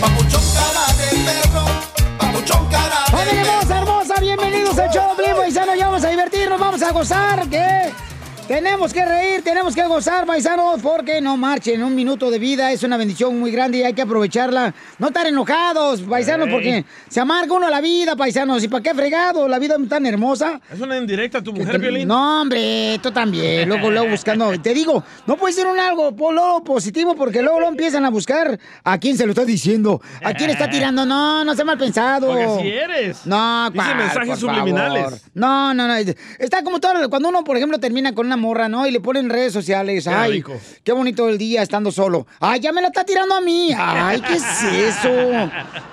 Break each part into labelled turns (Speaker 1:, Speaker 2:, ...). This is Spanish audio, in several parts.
Speaker 1: Papuchón cara de perro, papuchón cara de
Speaker 2: ¡Familia hermosa, hermosa! Bienvenidos al show, Blin Paisano. Ya vamos a divertirnos, vamos a gozar, que tenemos que reír, tenemos que gozar, paisanos, porque no marchen. Un minuto de vida es una bendición muy grande y hay que aprovecharla. No estar enojados, paisanos,
Speaker 3: Ey.
Speaker 2: porque se amarga uno la vida, paisanos. ¿Y para qué fregado? La vida tan hermosa.
Speaker 3: Es una indirecta a tu
Speaker 2: Que
Speaker 3: mujer,
Speaker 2: te-
Speaker 3: Violín.
Speaker 2: No, hombre, tú también. Luego, luego buscando. Te digo, no puede ser un algo po- luego positivo porque luego lo empiezan a buscar a quién se lo está diciendo, a quién está tirando. No, no sea mal pensado.
Speaker 3: Porque así eres.
Speaker 2: No,
Speaker 3: Dice
Speaker 2: ¿cuál,
Speaker 3: mensajes
Speaker 2: por
Speaker 3: subliminales.
Speaker 2: favor? No, no, no. Está como todo. Cuando uno, por ejemplo, termina con una morra, ¿no? Y le ponen redes sociales.
Speaker 3: Qué
Speaker 2: Ay,
Speaker 3: rico.
Speaker 2: qué bonito el día estando solo. Ay, ya me la está tirando a mí. Ay, ¿qué es eso?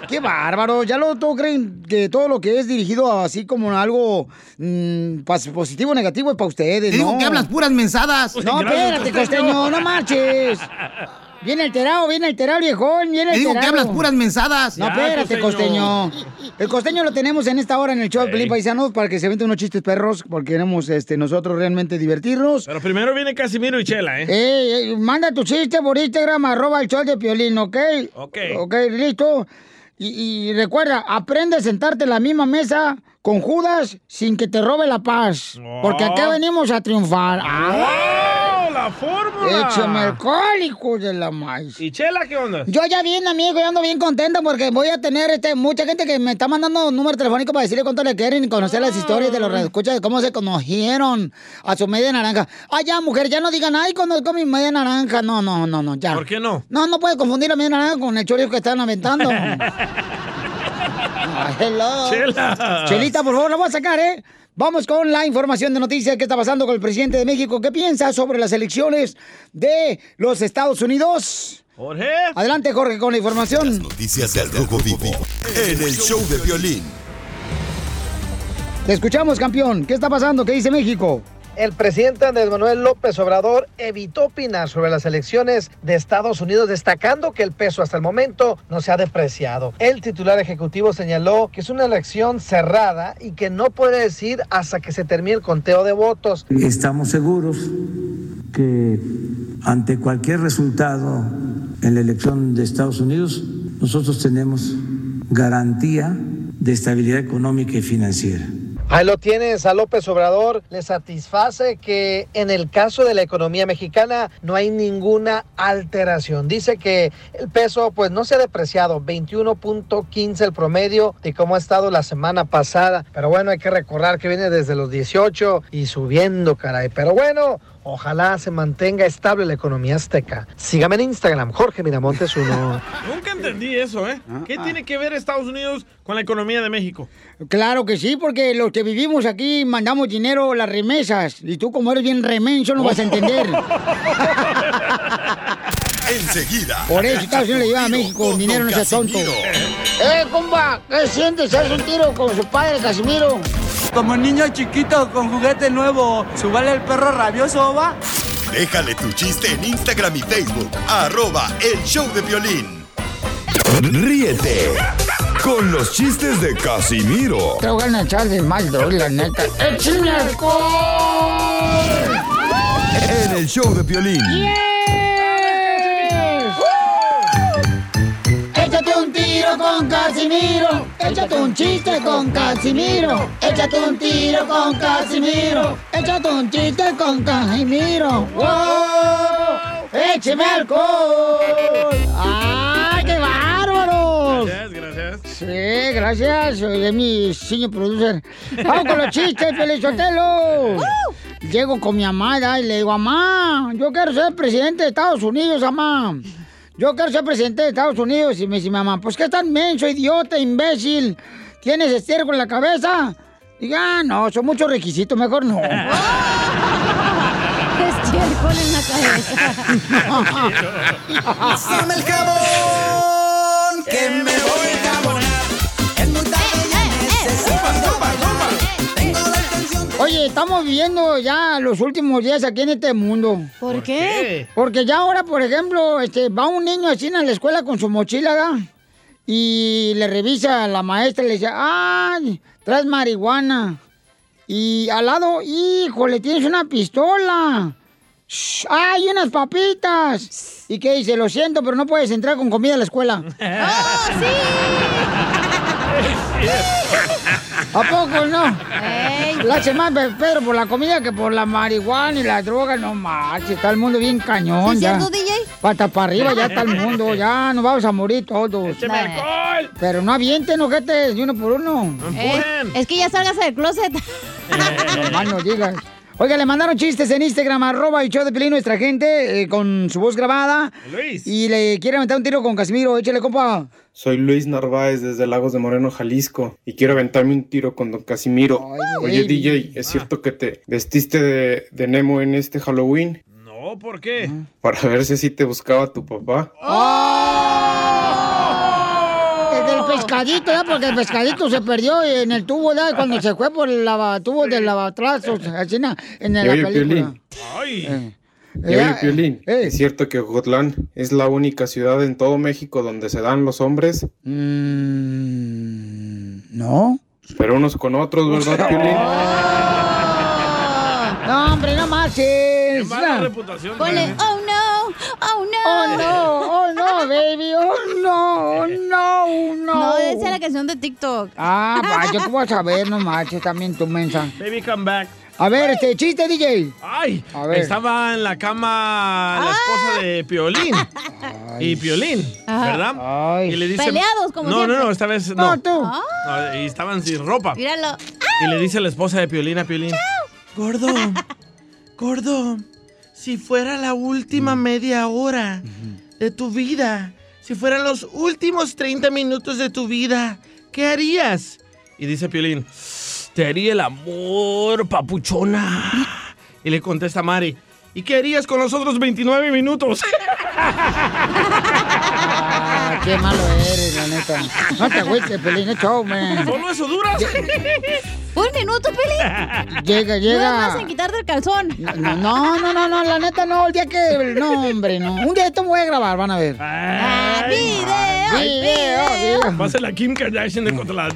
Speaker 2: Qué bárbaro. Ya lo todo creen que todo lo que es dirigido a así como algo mm, pas- positivo o negativo es para ustedes.
Speaker 4: digo
Speaker 2: ¿no?
Speaker 4: que hablas
Speaker 2: puras mensadas. No,
Speaker 4: Gracias,
Speaker 2: espérate,
Speaker 4: costeño.
Speaker 2: costeño, no marches. Viene alterado, viene alterado, viejón, viene
Speaker 4: Te digo que
Speaker 2: alterado.
Speaker 4: hablas puras mensadas.
Speaker 2: No,
Speaker 4: Ya,
Speaker 2: espérate,
Speaker 4: costeño.
Speaker 2: costeño. El costeño lo tenemos en esta hora en el show de
Speaker 3: Ey.
Speaker 2: Pelín Paisanos para que se vente unos chistes perros porque queremos este, nosotros realmente divertirnos.
Speaker 3: Pero primero viene Casimiro y Chela, ¿eh?
Speaker 2: Ey, ey, manda tu chiste por Instagram, arroba el show de Piolín, ¿ok?
Speaker 3: Ok.
Speaker 2: Ok, listo. Y, y recuerda, aprende a sentarte en la misma mesa con Judas sin que te robe la paz. Porque acá venimos a triunfar. ¡Ah!
Speaker 3: ¡Oh, la fórmula!
Speaker 2: Échame alcohólico de la maíz.
Speaker 3: Ah. ¿Y Chela qué onda?
Speaker 2: Yo ya bien, amigo, yo ando bien contento porque voy a tener este, mucha gente que me está mandando un número telefónico para decirle cuánto le quieren y conocer las historias de
Speaker 3: Ah.
Speaker 2: los escuchas de cómo se conocieron a su media naranja. Ah, ya, mujer, ya no digan, ay, conozco mi media naranja. No, no, no, no, ya.
Speaker 3: ¿Por qué no?
Speaker 2: No, no puede confundir la media naranja con el chorizo que están aventando. Ah, hello.
Speaker 3: Chela.
Speaker 2: Chelita, por favor, la voy a sacar, ¿eh? Vamos con la información de noticias que está pasando con el presidente de México. ¿Qué piensa sobre las elecciones de los Estados Unidos?
Speaker 3: Jorge.
Speaker 2: Adelante, Jorge, con la información.
Speaker 5: Noticias del Rojo Vivo en el show de violín.
Speaker 2: Te escuchamos, campeón. ¿Qué está pasando? ¿Qué dice México?
Speaker 6: El presidente Andrés Manuel López Obrador evitó opinar sobre las elecciones de Estados Unidos, destacando que el peso hasta el momento no se ha depreciado. El titular ejecutivo señaló que es una elección cerrada y que no puede decir hasta que se termine el conteo de votos.
Speaker 7: Estamos seguros que ante cualquier resultado en la elección de Estados Unidos, nosotros tenemos garantía de estabilidad económica y financiera.
Speaker 6: Ahí lo tienes a López Obrador. Le satisface que en el caso de la economía mexicana no hay ninguna alteración. Dice que el peso pues no se ha depreciado, 21.15 el promedio de cómo ha estado la semana pasada. Pero bueno, hay que recordar que viene desde los 18 y subiendo, caray. Pero bueno, ojalá se mantenga estable la economía azteca. Sígame en Instagram, Jorge Miramontes 1.
Speaker 3: Nunca entendí eso, ¿eh?
Speaker 2: Ah,
Speaker 3: ¿Qué tiene que ver Estados Unidos con la economía de México?
Speaker 2: Claro que sí, porque los que vivimos aquí mandamos dinero, las remesas. Y tú, como eres bien remenso, no vas a entender.
Speaker 5: Enseguida.
Speaker 2: Por eso Estados Unidos le lleva a México
Speaker 5: Con
Speaker 2: dinero,
Speaker 5: Don
Speaker 2: no seas tonto.
Speaker 5: Casimiro.
Speaker 2: ¡Eh, compa! ¿Qué sientes? ¿Haz un tiro con su padre, Casimiro?
Speaker 8: Como niño chiquito con juguete nuevo, subale el perro rabioso, va.
Speaker 5: Déjale tu chiste en Instagram y Facebook. Arroba el show de violín. Ríete con los chistes de Casimiro
Speaker 2: Te voy a echar de mal, doy, la neta. ¡Échame alcohol!
Speaker 5: en el show de violín.
Speaker 2: ¡Yes! Échate un tiro con Casimiro, échate un chiste con Casimiro, échate un tiro con Casimiro, échate un chiste con Casimiro. ¡Wow! ¡Écheme alcohol! ¡Ay, qué bárbaros! Gracias, gracias. Sí, gracias. Soy de mi señor producer. ¡Vamos con los chistes, Felizotelo! Llego con mi amada y le digo, mamá, yo quiero ser presidente de Estados Unidos, mamá. Yo quiero ser presidente de Estados Unidos. Y me dice mi mamá, pues qué tan menso, idiota, imbécil. ¿Tienes estiércol en la cabeza? Diga, ah, no, son muchos requisitos, mejor no.
Speaker 1: Estiércol en la cabeza. Pásame el jabón, que me voy a jabonar. Es muy tarde y necesito ropa, ropa. Tengo la atención.
Speaker 2: Oye, estamos viviendo ya los últimos días aquí en este mundo.
Speaker 4: ¿Por qué?
Speaker 2: Porque ya ahora, por ejemplo, este, va un niño así a la escuela con su mochila, ¿da? Y le revisa a la maestra y le dice, ¡ay! Traes marihuana. Y al lado, híjole, tienes una pistola. Shh, ¡Ay, unas papitas! ¿Y qué dice? Lo siento, pero no puedes entrar con comida a la escuela.
Speaker 1: ¡Oh, sí!
Speaker 2: ¿A poco no?
Speaker 1: Ey.
Speaker 2: La hace más pe- Pedro por la comida que por la marihuana y la droga. No marches, está el mundo bien cañón.
Speaker 4: ¿Sí es
Speaker 2: ya.
Speaker 4: cierto, DJ?
Speaker 2: Pata para arriba ya está el mundo. Ya nos vamos a morir todos.
Speaker 4: ¡Écheme alcohol!
Speaker 2: Pero no avienten ojetes de uno por uno.
Speaker 4: Eh, es que ya salgas del closet.
Speaker 2: Nomás Eh, no digas. Oiga, le mandaron chistes en Instagram, arroba y show de Pelín, nuestra gente, eh, con su voz grabada.
Speaker 3: Luis.
Speaker 2: Y le quiere aventar un tiro con Casimiro, échale compa.
Speaker 9: Soy Luis Narváez desde Lagos de Moreno, Jalisco, y quiero aventarme un tiro con Don Casimiro. Oye,
Speaker 3: baby.
Speaker 9: DJ, ¿es cierto que te vestiste de, de Nemo en este Halloween?
Speaker 3: No, Oh, ¿por qué?
Speaker 2: Ah.
Speaker 9: Para ver si así te buscaba tu papá.
Speaker 2: Desde el pescadito, ¿verdad? Porque el pescadito se perdió en el tubo, ¿verdad? Cuando se fue por el lava- tubo del lavatrazo, así na- en la
Speaker 9: y oye,
Speaker 2: película. Eh.
Speaker 9: Piolín. Y oye,
Speaker 2: Ya,
Speaker 9: Piolín,
Speaker 2: eh.
Speaker 9: ¿es cierto que Ocotlán es la única ciudad en todo México donde se dan los hombres?
Speaker 2: Mm, no.
Speaker 9: Pero unos con otros, ¿verdad, Piolín?
Speaker 2: No, hombre, no marches.
Speaker 3: mala
Speaker 2: Na.
Speaker 3: reputación
Speaker 4: Ponle, oh no, oh no.
Speaker 2: Oh no, oh no, baby, oh no, oh no, oh no.
Speaker 4: No, esa es la canción de TikTok.
Speaker 2: Ah, va, yo te voy a saber, no marches también tu mensa.
Speaker 3: Baby, come back.
Speaker 2: A ver, este chiste, DJ.
Speaker 3: Ay,
Speaker 2: A ver.
Speaker 3: estaba en la cama
Speaker 4: Ah.
Speaker 3: la esposa de Piolín. Y Piolín,
Speaker 4: Ajá.
Speaker 3: ¿verdad? Y le dice,
Speaker 4: Peleados, como
Speaker 3: No, no,
Speaker 4: siempre.
Speaker 3: no, esta vez no.
Speaker 4: No, tú.
Speaker 3: No, y estaban sin ropa.
Speaker 4: Míralo.
Speaker 3: Y le dice la esposa de Piolín a Piolín. Gordo, gordo, si fuera la última media hora de tu vida, si fueran los últimos 30 minutos de tu vida, ¿qué harías? Y dice Piolín, te haría el amor, papuchona. Y le contesta Mari, ¿y qué harías con los otros 29 minutos?
Speaker 2: Ah, qué malo eres, la neta. No te agüites, Pelín, es show, man.
Speaker 3: ¿Solo eso dura?
Speaker 4: Un minuto, Pili.
Speaker 2: Llega, llega.
Speaker 4: No vas a quitarte el calzón.
Speaker 2: No, no, no, no, no, la neta no, el día que... No, hombre, no. Un día esto me voy a grabar, van a ver. video.
Speaker 3: Va a ser la Kim Kardashian de Cotlán.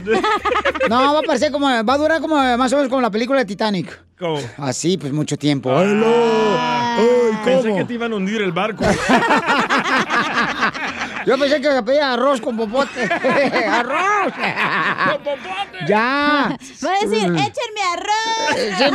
Speaker 2: No, va a parecer como... Va a durar como más o menos como la película de Titanic.
Speaker 3: ¿Cómo? Ah.
Speaker 2: Así, pues mucho tiempo. ¡Ay, no! ¡Ay,
Speaker 3: Pensé
Speaker 2: cómo!
Speaker 3: que te iban a hundir el barco.
Speaker 2: Yo pensé que se pedía arroz con popote. ¡Arroz! ¡Ya!
Speaker 4: Va a decir,
Speaker 2: Mm.
Speaker 4: échenme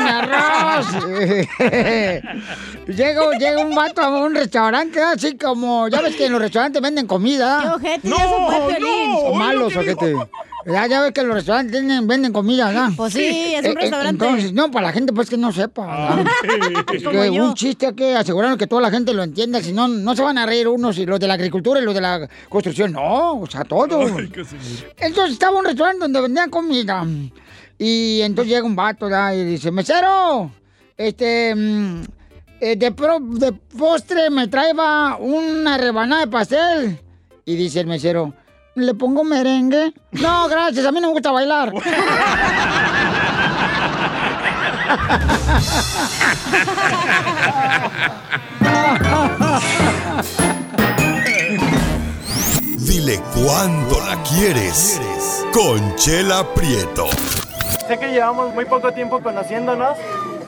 Speaker 4: arroz.
Speaker 2: ¡Échenme arroz! llega, llega un vato a un restaurante, ah, así como, ya ves que en los restaurantes venden comida. ¡Qué
Speaker 4: ojete! ya se fue No, Piolín. no,
Speaker 2: Son malos,
Speaker 4: oye lo que
Speaker 2: ojete. Ya, ya ves que en los restaurantes tienen- venden comida, ¿verdad?
Speaker 4: Pues sí, es un
Speaker 2: Eh, eh,
Speaker 4: restaurante.
Speaker 2: Entonces, no, para la gente pues que no sepa. ¿verdad? Es
Speaker 4: Pues Como
Speaker 2: que
Speaker 4: yo.
Speaker 2: un chiste hay que asegurarnos que toda la gente lo entienda, si no, no se van a reír unos y los de la agricultura y los de la construcción. No, o sea, todos. Entonces estaba un restaurante donde vendían comida. Y entonces llega un vato ¿verdad? y dice, mesero, este, mm, eh, de, pro- de postre me traiba una rebanada de pastel. Y dice el mesero, ¿le pongo merengue? No, gracias, a mí no me gusta bailar.
Speaker 5: Dile cuándo la quieres. Conchela Prieto.
Speaker 10: Sé que llevamos muy poco tiempo conociéndonos.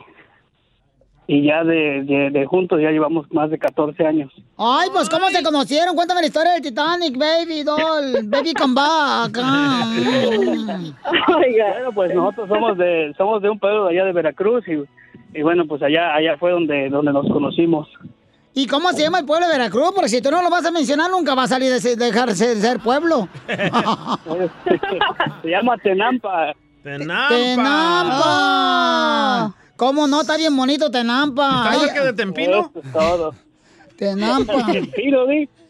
Speaker 11: y ya de, de- de juntos ya llevamos más de 14 años.
Speaker 2: Ay, pues cómo se conocieron. Cuéntame la historia del Titanic, baby doll, baby come back. Ah, mm.
Speaker 11: Bueno, pues nosotros somos de somos de un pueblo de allá de Veracruz y, y bueno, pues allá allá fue donde donde nos conocimos.
Speaker 2: ¿Y cómo se llama el pueblo de Veracruz? Porque si tú no lo vas a mencionar, nunca va a salir de ese- dejarse de ser pueblo.
Speaker 11: Se llama Tenampa.
Speaker 2: ¡Tenampa! Ah. ¿Cómo no? Está bien bonito Tenampa.
Speaker 3: ¿Está
Speaker 2: Ay,
Speaker 3: cerca de Tempino?
Speaker 11: todo.
Speaker 2: Tenampa.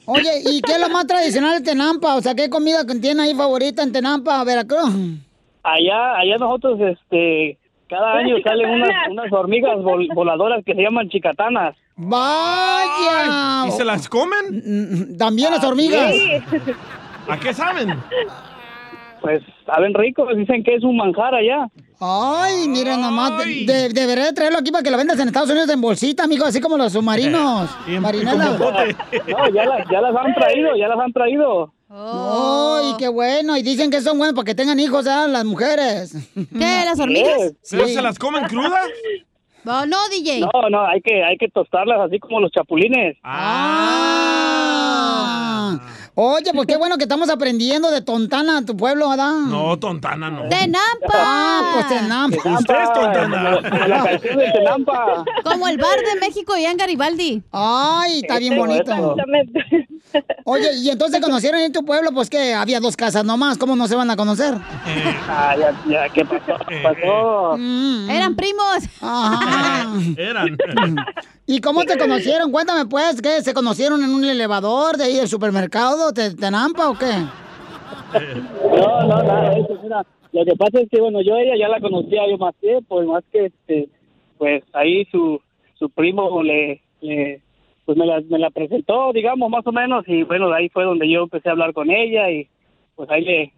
Speaker 2: Oye, ¿y qué es lo más tradicional de Tenampa? O sea, ¿qué comida que tiene ahí favorita en Tenampa, Veracruz?
Speaker 11: Allá allá nosotros este cada año
Speaker 2: Las
Speaker 11: salen unas,
Speaker 2: chicatanas.
Speaker 11: unas hormigas vol- voladoras que se llaman chicatanas.
Speaker 2: ¡Vaya! Mm,
Speaker 3: ¿Y se las comen? Ah,
Speaker 2: También las hormigas.
Speaker 3: ¿A qué saben?
Speaker 11: Pues saben rico, dicen que es un manjar allá.
Speaker 2: Ay, mira nomás, de- de- debería de traerlo aquí para que lo vendas en Estados Unidos en bolsita, amigo, así como los submarinos. Marinela.
Speaker 11: No, ya las, ya las han traído, ya las han traído.
Speaker 2: Ay, qué bueno. Y dicen que son buenos para que tengan hijos, ¿ah? Las mujeres. ¿Qué?
Speaker 11: las hormigas? ¿Pero se las
Speaker 3: comen crudas?
Speaker 2: No, no, DJ.
Speaker 11: No, no, hay que, hay que tostarlas así como los chapulines.
Speaker 2: Oye, pues qué bueno que estamos aprendiendo de Tontana, tu pueblo, ¿verdad?
Speaker 3: No, tontana, no.
Speaker 2: Tenampa. Ah, pues Tenampa.
Speaker 3: Usted es tontana.
Speaker 4: Como el bar de México y en Garibaldi.
Speaker 2: Ay,
Speaker 12: Este
Speaker 2: está bien bonito. Oye, y entonces conocieron en tu pueblo, pues que había dos casas nomás, ¿cómo no se van a conocer?
Speaker 3: Eh,
Speaker 11: Ah, ya, ya, ¿qué pasó? ¿Qué pasó?
Speaker 2: Mm. Eran primos. Ajá.
Speaker 3: Eran.
Speaker 2: ¿Y cómo te conocieron? Cuéntame pues, ¿qué? ¿Se conocieron en un elevador de ahí del supermercado, de Tenampa o qué?
Speaker 11: No, no, nada, eso, mira, lo que pasa es que, bueno, yo a ella ya la conocía yo más tiempo, y más que, este, pues, ahí su, su primo le, le- pues, me la, me la presentó, digamos, más o menos, y, bueno, de ahí fue donde yo empecé a hablar con ella, y, pues, ahí le,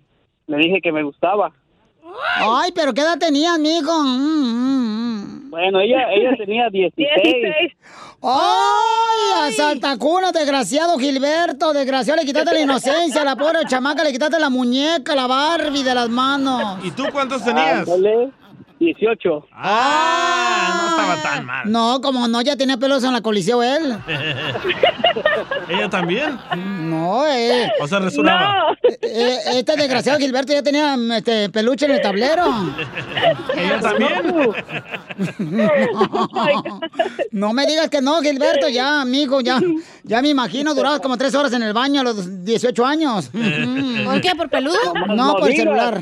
Speaker 11: le dije que me gustaba.
Speaker 2: Ay, pero ¿qué edad tenías, mijo? Mm,
Speaker 11: Bueno, ella, ella tenía 16.
Speaker 2: ¡Ay, asaltacuna, desgraciado Gilberto! Desgraciado, le quitaste la inocencia a la pobre chamaca, le quitaste la muñeca, la Barbie de las manos.
Speaker 3: ¿Y tú cuántos tenías?
Speaker 11: Ándale, 18.
Speaker 3: Ah, no estaba tan mal.
Speaker 2: No, como no, ya tenía pelos en la coliseo él.
Speaker 3: ¿Ella también?
Speaker 2: No, eh.
Speaker 3: O sea, resuraba.
Speaker 2: Eh, eh, este desgraciado Gilberto ya tenía mm, este, peluche en el tablero. pues.
Speaker 3: ¿Ella también?
Speaker 2: No me digas que no, Gilberto, ya, amigo, ya. Ya me imagino, durabas como tres horas en el baño a los 18 años. Mm.
Speaker 4: ¿Por qué? ¿Por peludo? Ah,
Speaker 2: No, por el celular.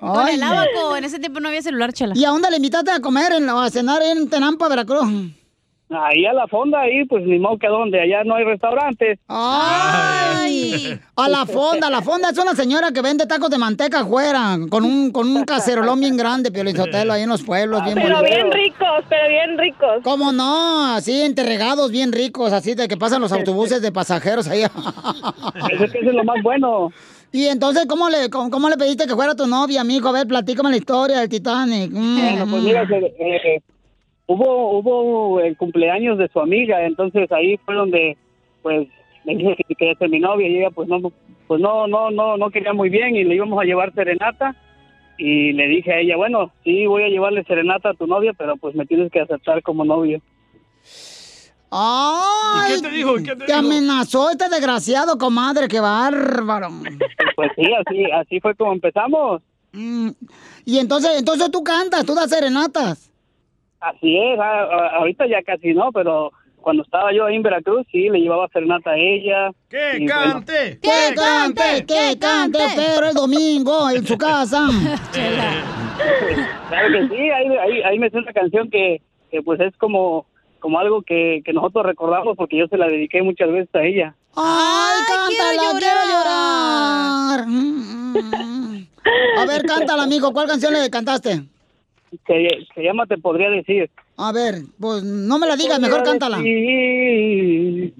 Speaker 4: Con
Speaker 2: Ay,
Speaker 4: el
Speaker 2: no.
Speaker 4: abaco. En ese tiempo no había celular, chela.
Speaker 2: ¿Y a dónde le invitaste a comer, en- a cenar en Tenampa, Veracruz?
Speaker 11: Ahí a la fonda, ahí, pues, ni modo que donde, allá no hay restaurantes.
Speaker 2: ¡Ay! A la fonda, la fonda es una señora que vende tacos de manteca afuera, con un, con un cacerolón bien grande, Piolizotelo, ahí en los pueblos. Bien
Speaker 12: Pero bien
Speaker 2: ricos, pero bien ricos. ¿Cómo no? Así enterregados, bien ricos, así de que pasan los autobuses de pasajeros ahí.
Speaker 11: Eso Pues es que eso es lo más bueno.
Speaker 2: Y entonces, ¿cómo le, cómo, cómo le pediste que fuera tu novia, amigo? A ver, platícame la historia del Titanic. Mm.
Speaker 11: Bueno, pues mira, se- eh, hubo, hubo el cumpleaños de su amiga, entonces ahí fue donde, pues, le dije que si quería ser mi novia y ella, pues, no, pues no, no, no, no quería muy bien y le íbamos a llevar serenata y le dije a ella, bueno, sí, voy a llevarle serenata a tu novia, pero pues me tienes que aceptar como novio.
Speaker 2: ¡Ay!
Speaker 11: ¿Y qué te dijo? ¿Y qué te
Speaker 2: Te
Speaker 11: dijo?
Speaker 2: amenazó este desgraciado, comadre, qué bárbaro.
Speaker 11: Pues sí, así, así fue como empezamos.
Speaker 2: Mm. Y entonces, entonces tú cantas, tú das serenatas.
Speaker 11: Así es, a- a- ahorita ya casi no, pero cuando estaba yo ahí en Veracruz, sí, le llevaba serenata a ella.
Speaker 3: ¡Que
Speaker 11: Y pues, bueno,
Speaker 3: cante!
Speaker 2: Que cante, que cante, pero el domingo en su casa.
Speaker 11: Claro que sí, ahí, ahí, ahí me sé una canción que, que, pues es como, como algo que, que nosotros recordamos porque yo se la dediqué muchas veces a ella.
Speaker 2: Ay, cántala, quiero llorar. Mm, mm. A ver, cántala, amigo, ¿cuál canción le cantaste?
Speaker 11: se, se llama Te Podría Decir.
Speaker 2: A ver, pues no me la digas, mejor
Speaker 11: Podría
Speaker 2: cántala.
Speaker 11: decir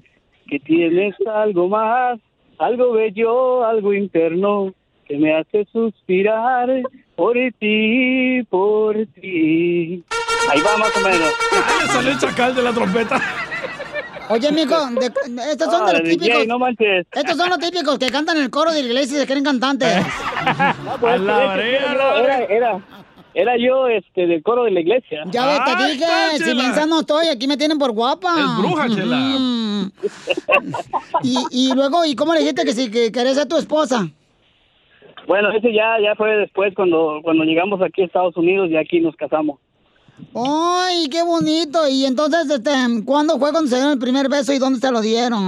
Speaker 11: que tienes algo más, algo bello, algo interno que me hace suspirar por ti, por ti. Ahí va más o menos.
Speaker 3: salió el chacal de la trompeta.
Speaker 2: Oye, mijo, de- estos son de
Speaker 11: Ah,
Speaker 2: los
Speaker 11: DJ,
Speaker 2: típicos.
Speaker 11: no manches.
Speaker 2: Estos son los típicos que cantan en el coro de la iglesia y se creen cantantes.
Speaker 11: Pues,
Speaker 2: A la
Speaker 11: de hecho,
Speaker 2: brea,
Speaker 11: era-
Speaker 2: la
Speaker 11: era, era, era yo este del coro de la iglesia.
Speaker 2: Ya ves, te dije, si mensa no estoy, aquí me tienen por guapa. Ujú. Y, y luego, ¿y cómo le dijiste que si que querés ser tu esposa?
Speaker 11: Bueno, ese ya ya fue después cuando cuando llegamos aquí a Estados Unidos y aquí nos casamos.
Speaker 2: ¡Ay, qué bonito! Y entonces, este, ¿cuándo fue cuando se dieron el primer beso y dónde se lo dieron?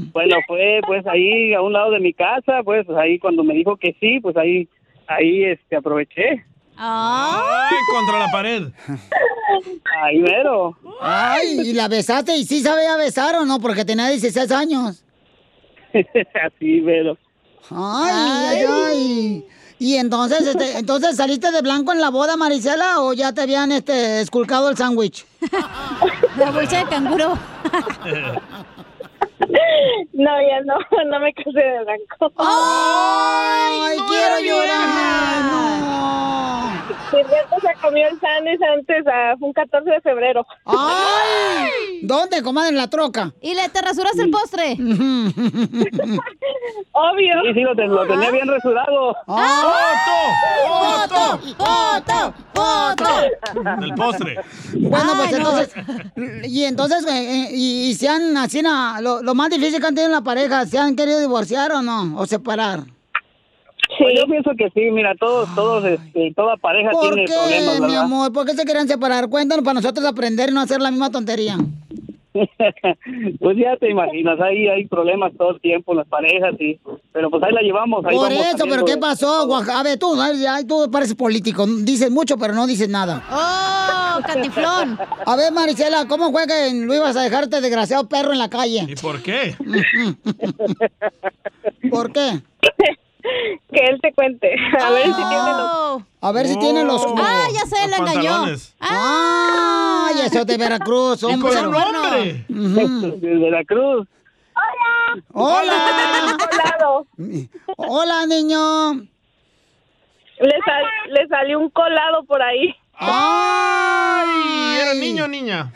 Speaker 2: Mm.
Speaker 11: Bueno, fue pues ahí a un lado de mi casa, pues ahí cuando me dijo que sí, pues ahí ahí este aproveché.
Speaker 4: Ah.
Speaker 3: Ay, contra la pared.
Speaker 11: Ahí mero.
Speaker 2: Ay, ¿y la besaste? ¿Y sí sabía besar o no? Porque tenía 16 años.
Speaker 11: Así mero.
Speaker 2: Ay, ay, ay. Y entonces, este, entonces saliste de blanco en la boda, Marisela, o ya te habían este esculcado el sándwich. La bolsa de canguro.
Speaker 12: No, ya no, no me casé de blanco.
Speaker 2: ¡Ay, quiero llorar! ¡No!
Speaker 12: Gilberto se comió el sándwich antes, ah, fue un 14 de febrero.
Speaker 2: ¡Ay! ¿Dónde, comadre? En la troca.
Speaker 4: ¿Y le te rasuras el postre?
Speaker 11: Obvio. Sí, sí, lo, ten- lo tenía bien resurado.
Speaker 2: Ah. ¡Foto! ¡Foto! ¡Foto!
Speaker 3: Del postre.
Speaker 2: Bueno,
Speaker 3: Ay,
Speaker 2: pues
Speaker 3: no.
Speaker 2: entonces, y entonces, eh, eh, y, y se han, así, na- lo, lo más difícil que han tenido en la pareja, ¿se han querido divorciar o no? ¿O separar?
Speaker 11: Pues, yo pienso que sí, mira, todos todos este, toda pareja
Speaker 2: ¿Por
Speaker 11: tiene
Speaker 2: qué,
Speaker 11: problemas,
Speaker 2: mi
Speaker 11: ¿verdad?
Speaker 2: amor? ¿Por qué se querían separar? Cuéntanos para nosotros aprender y no hacer la misma tontería.
Speaker 11: pues ya te imaginas, ahí hay problemas todo el tiempo en las parejas y pero pues ahí la llevamos, ahí
Speaker 2: Por
Speaker 11: vamos
Speaker 2: eso,
Speaker 11: saliendo
Speaker 2: pero ¿qué
Speaker 11: de-
Speaker 2: pasó? Oaxaca? A ver, tú, ay, ay, tú pareces político. Dices mucho, pero no dices nada. ¡Oh,
Speaker 4: cantiflón!
Speaker 2: A ver, Maricela, ¿cómo fue que lo ibas a dejarte desgraciado perro en la calle?
Speaker 3: ¿Y por qué?
Speaker 2: ¿Por qué?
Speaker 12: Que él te cuente. A ver si tiene
Speaker 4: los...
Speaker 2: Oh. A ver si tiene los...
Speaker 4: Ah, ya sé, lo engañó.
Speaker 2: ¡Ah! ya eso es de Veracruz, ¡Oh, hombre.
Speaker 4: con un hombre.
Speaker 11: de Veracruz.
Speaker 2: ¡Hola! ¡Hola, niño!
Speaker 12: Le, sal- le salió un colado por ahí.
Speaker 3: ¡Ay! ¿Era niño o niña?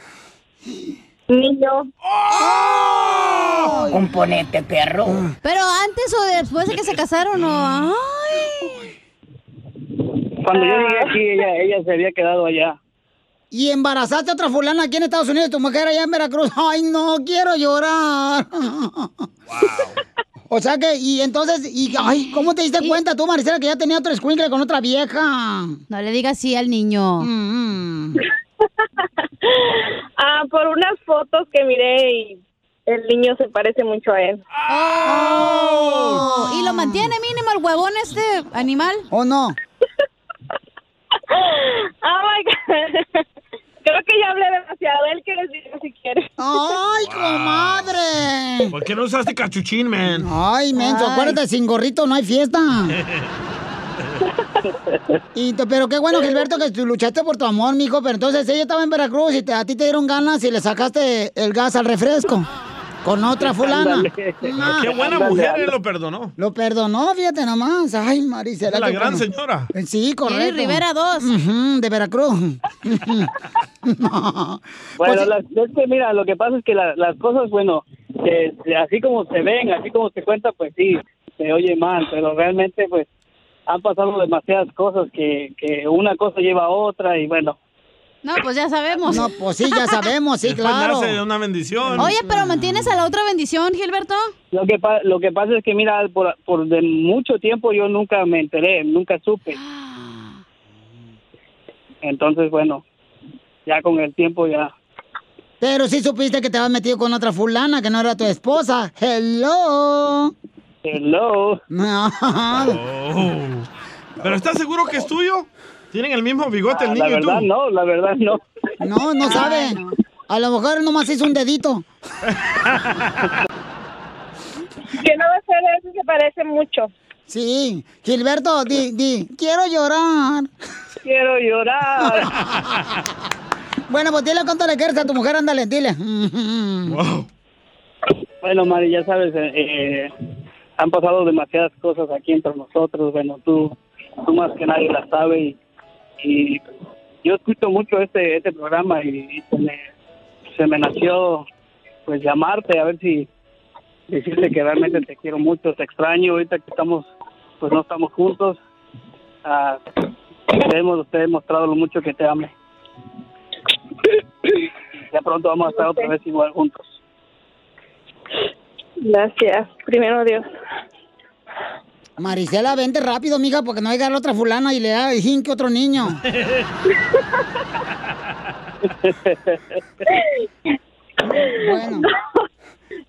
Speaker 12: Niño.
Speaker 2: ¡Oh!
Speaker 4: Componente, perro.
Speaker 2: Ah.
Speaker 4: Pero antes o después de que se casaron, ¿o?
Speaker 11: Cuando yo llegué aquí, ella, ella se había quedado allá.
Speaker 2: Y embarazaste a otra fulana aquí en Estados Unidos, tu mujer allá en Veracruz. Ay, no, quiero llorar. O sea que, y entonces, y, ay, ¿cómo te diste cuenta tú, Maricela, que ya tenía otro escuincle con otra vieja?
Speaker 4: No le digas así al niño.
Speaker 12: Mm. Ah, por unas fotos que miré y el niño se parece mucho a él.
Speaker 4: Oh, ¿Y lo mantiene mínimo el huevón este animal?
Speaker 2: ¿O no?
Speaker 12: Oh my God. Creo que ya hablé demasiado. Él que les diga si quiere.
Speaker 2: ¡Ay, comadre!
Speaker 3: ¿Por qué no usaste cachuchín, man?
Speaker 2: Ay, menso, acuérdate, sin gorrito no hay fiesta. Y te- pero qué bueno, Gilberto, que tú luchaste por tu amor, mijo. Pero entonces ella estaba en Veracruz y te- a ti te dieron ganas y le sacaste el gas al refresco con otra fulana.
Speaker 3: Ándale.
Speaker 2: Ah.
Speaker 3: Qué buena mujer, él lo perdonó.
Speaker 2: Lo perdonó, fíjate nomás. Ay, Maricela.
Speaker 3: La
Speaker 2: qué
Speaker 3: gran
Speaker 2: bueno.
Speaker 3: señora.
Speaker 2: Eh, Sí, correcto.
Speaker 3: Jenny Rivera
Speaker 2: 2. de Veracruz. Ujú. Pues
Speaker 11: Bueno, las- es que mira, lo que pasa es que la- las cosas, bueno, eh, así como se ven, así como se cuenta, pues sí, se oye mal, pero realmente, pues, han pasado demasiadas cosas que, que una cosa lleva a otra y bueno.
Speaker 4: No, pues ya sabemos.
Speaker 2: No, pues sí, ya sabemos, sí,
Speaker 3: Después nace de una bendición.
Speaker 4: Oye, pero mantienes a la otra bendición, Gilberto.
Speaker 11: Lo que, pa- lo que pasa es que, mira, por, por de mucho tiempo yo nunca me enteré, nunca supe. Entonces, bueno, ya con el tiempo ya.
Speaker 2: Pero sí supiste que te habías metido con otra fulana que no era tu esposa. Hello.
Speaker 11: Hello.
Speaker 3: Oh. ¿Pero estás seguro que es tuyo? ¿Tienen el mismo bigote el
Speaker 2: Ah,
Speaker 3: niño y
Speaker 2: la verdad
Speaker 3: tú?
Speaker 11: no, la verdad no.
Speaker 2: No, Ah, no sabe. A lo mejor nomás hizo un dedito.
Speaker 12: Que no va a ser él, se parece mucho.
Speaker 2: Sí, Gilberto, di, di, quiero llorar.
Speaker 11: Quiero llorar.
Speaker 2: bueno, pues dile cuánto le quieres a tu mujer, ándale, dile.
Speaker 11: Bueno, Mari, ya sabes, eh, eh, han pasado demasiadas cosas aquí entre nosotros. Bueno, tú, tú más que nadie las sabe y, y yo escucho mucho este este programa y, y se, me, se me nació pues llamarte a ver si decirte que realmente te quiero mucho, te extraño. Ahorita que estamos, pues no estamos juntos. Ah, te, hemos, te he mostrado lo mucho que te amo. Ya pronto vamos a estar otra vez igual juntos.
Speaker 1: Gracias. Primero Dios.
Speaker 2: Marisela, vente rápido, mija, porque no hay la otra fulana y le da el jinque a otro niño.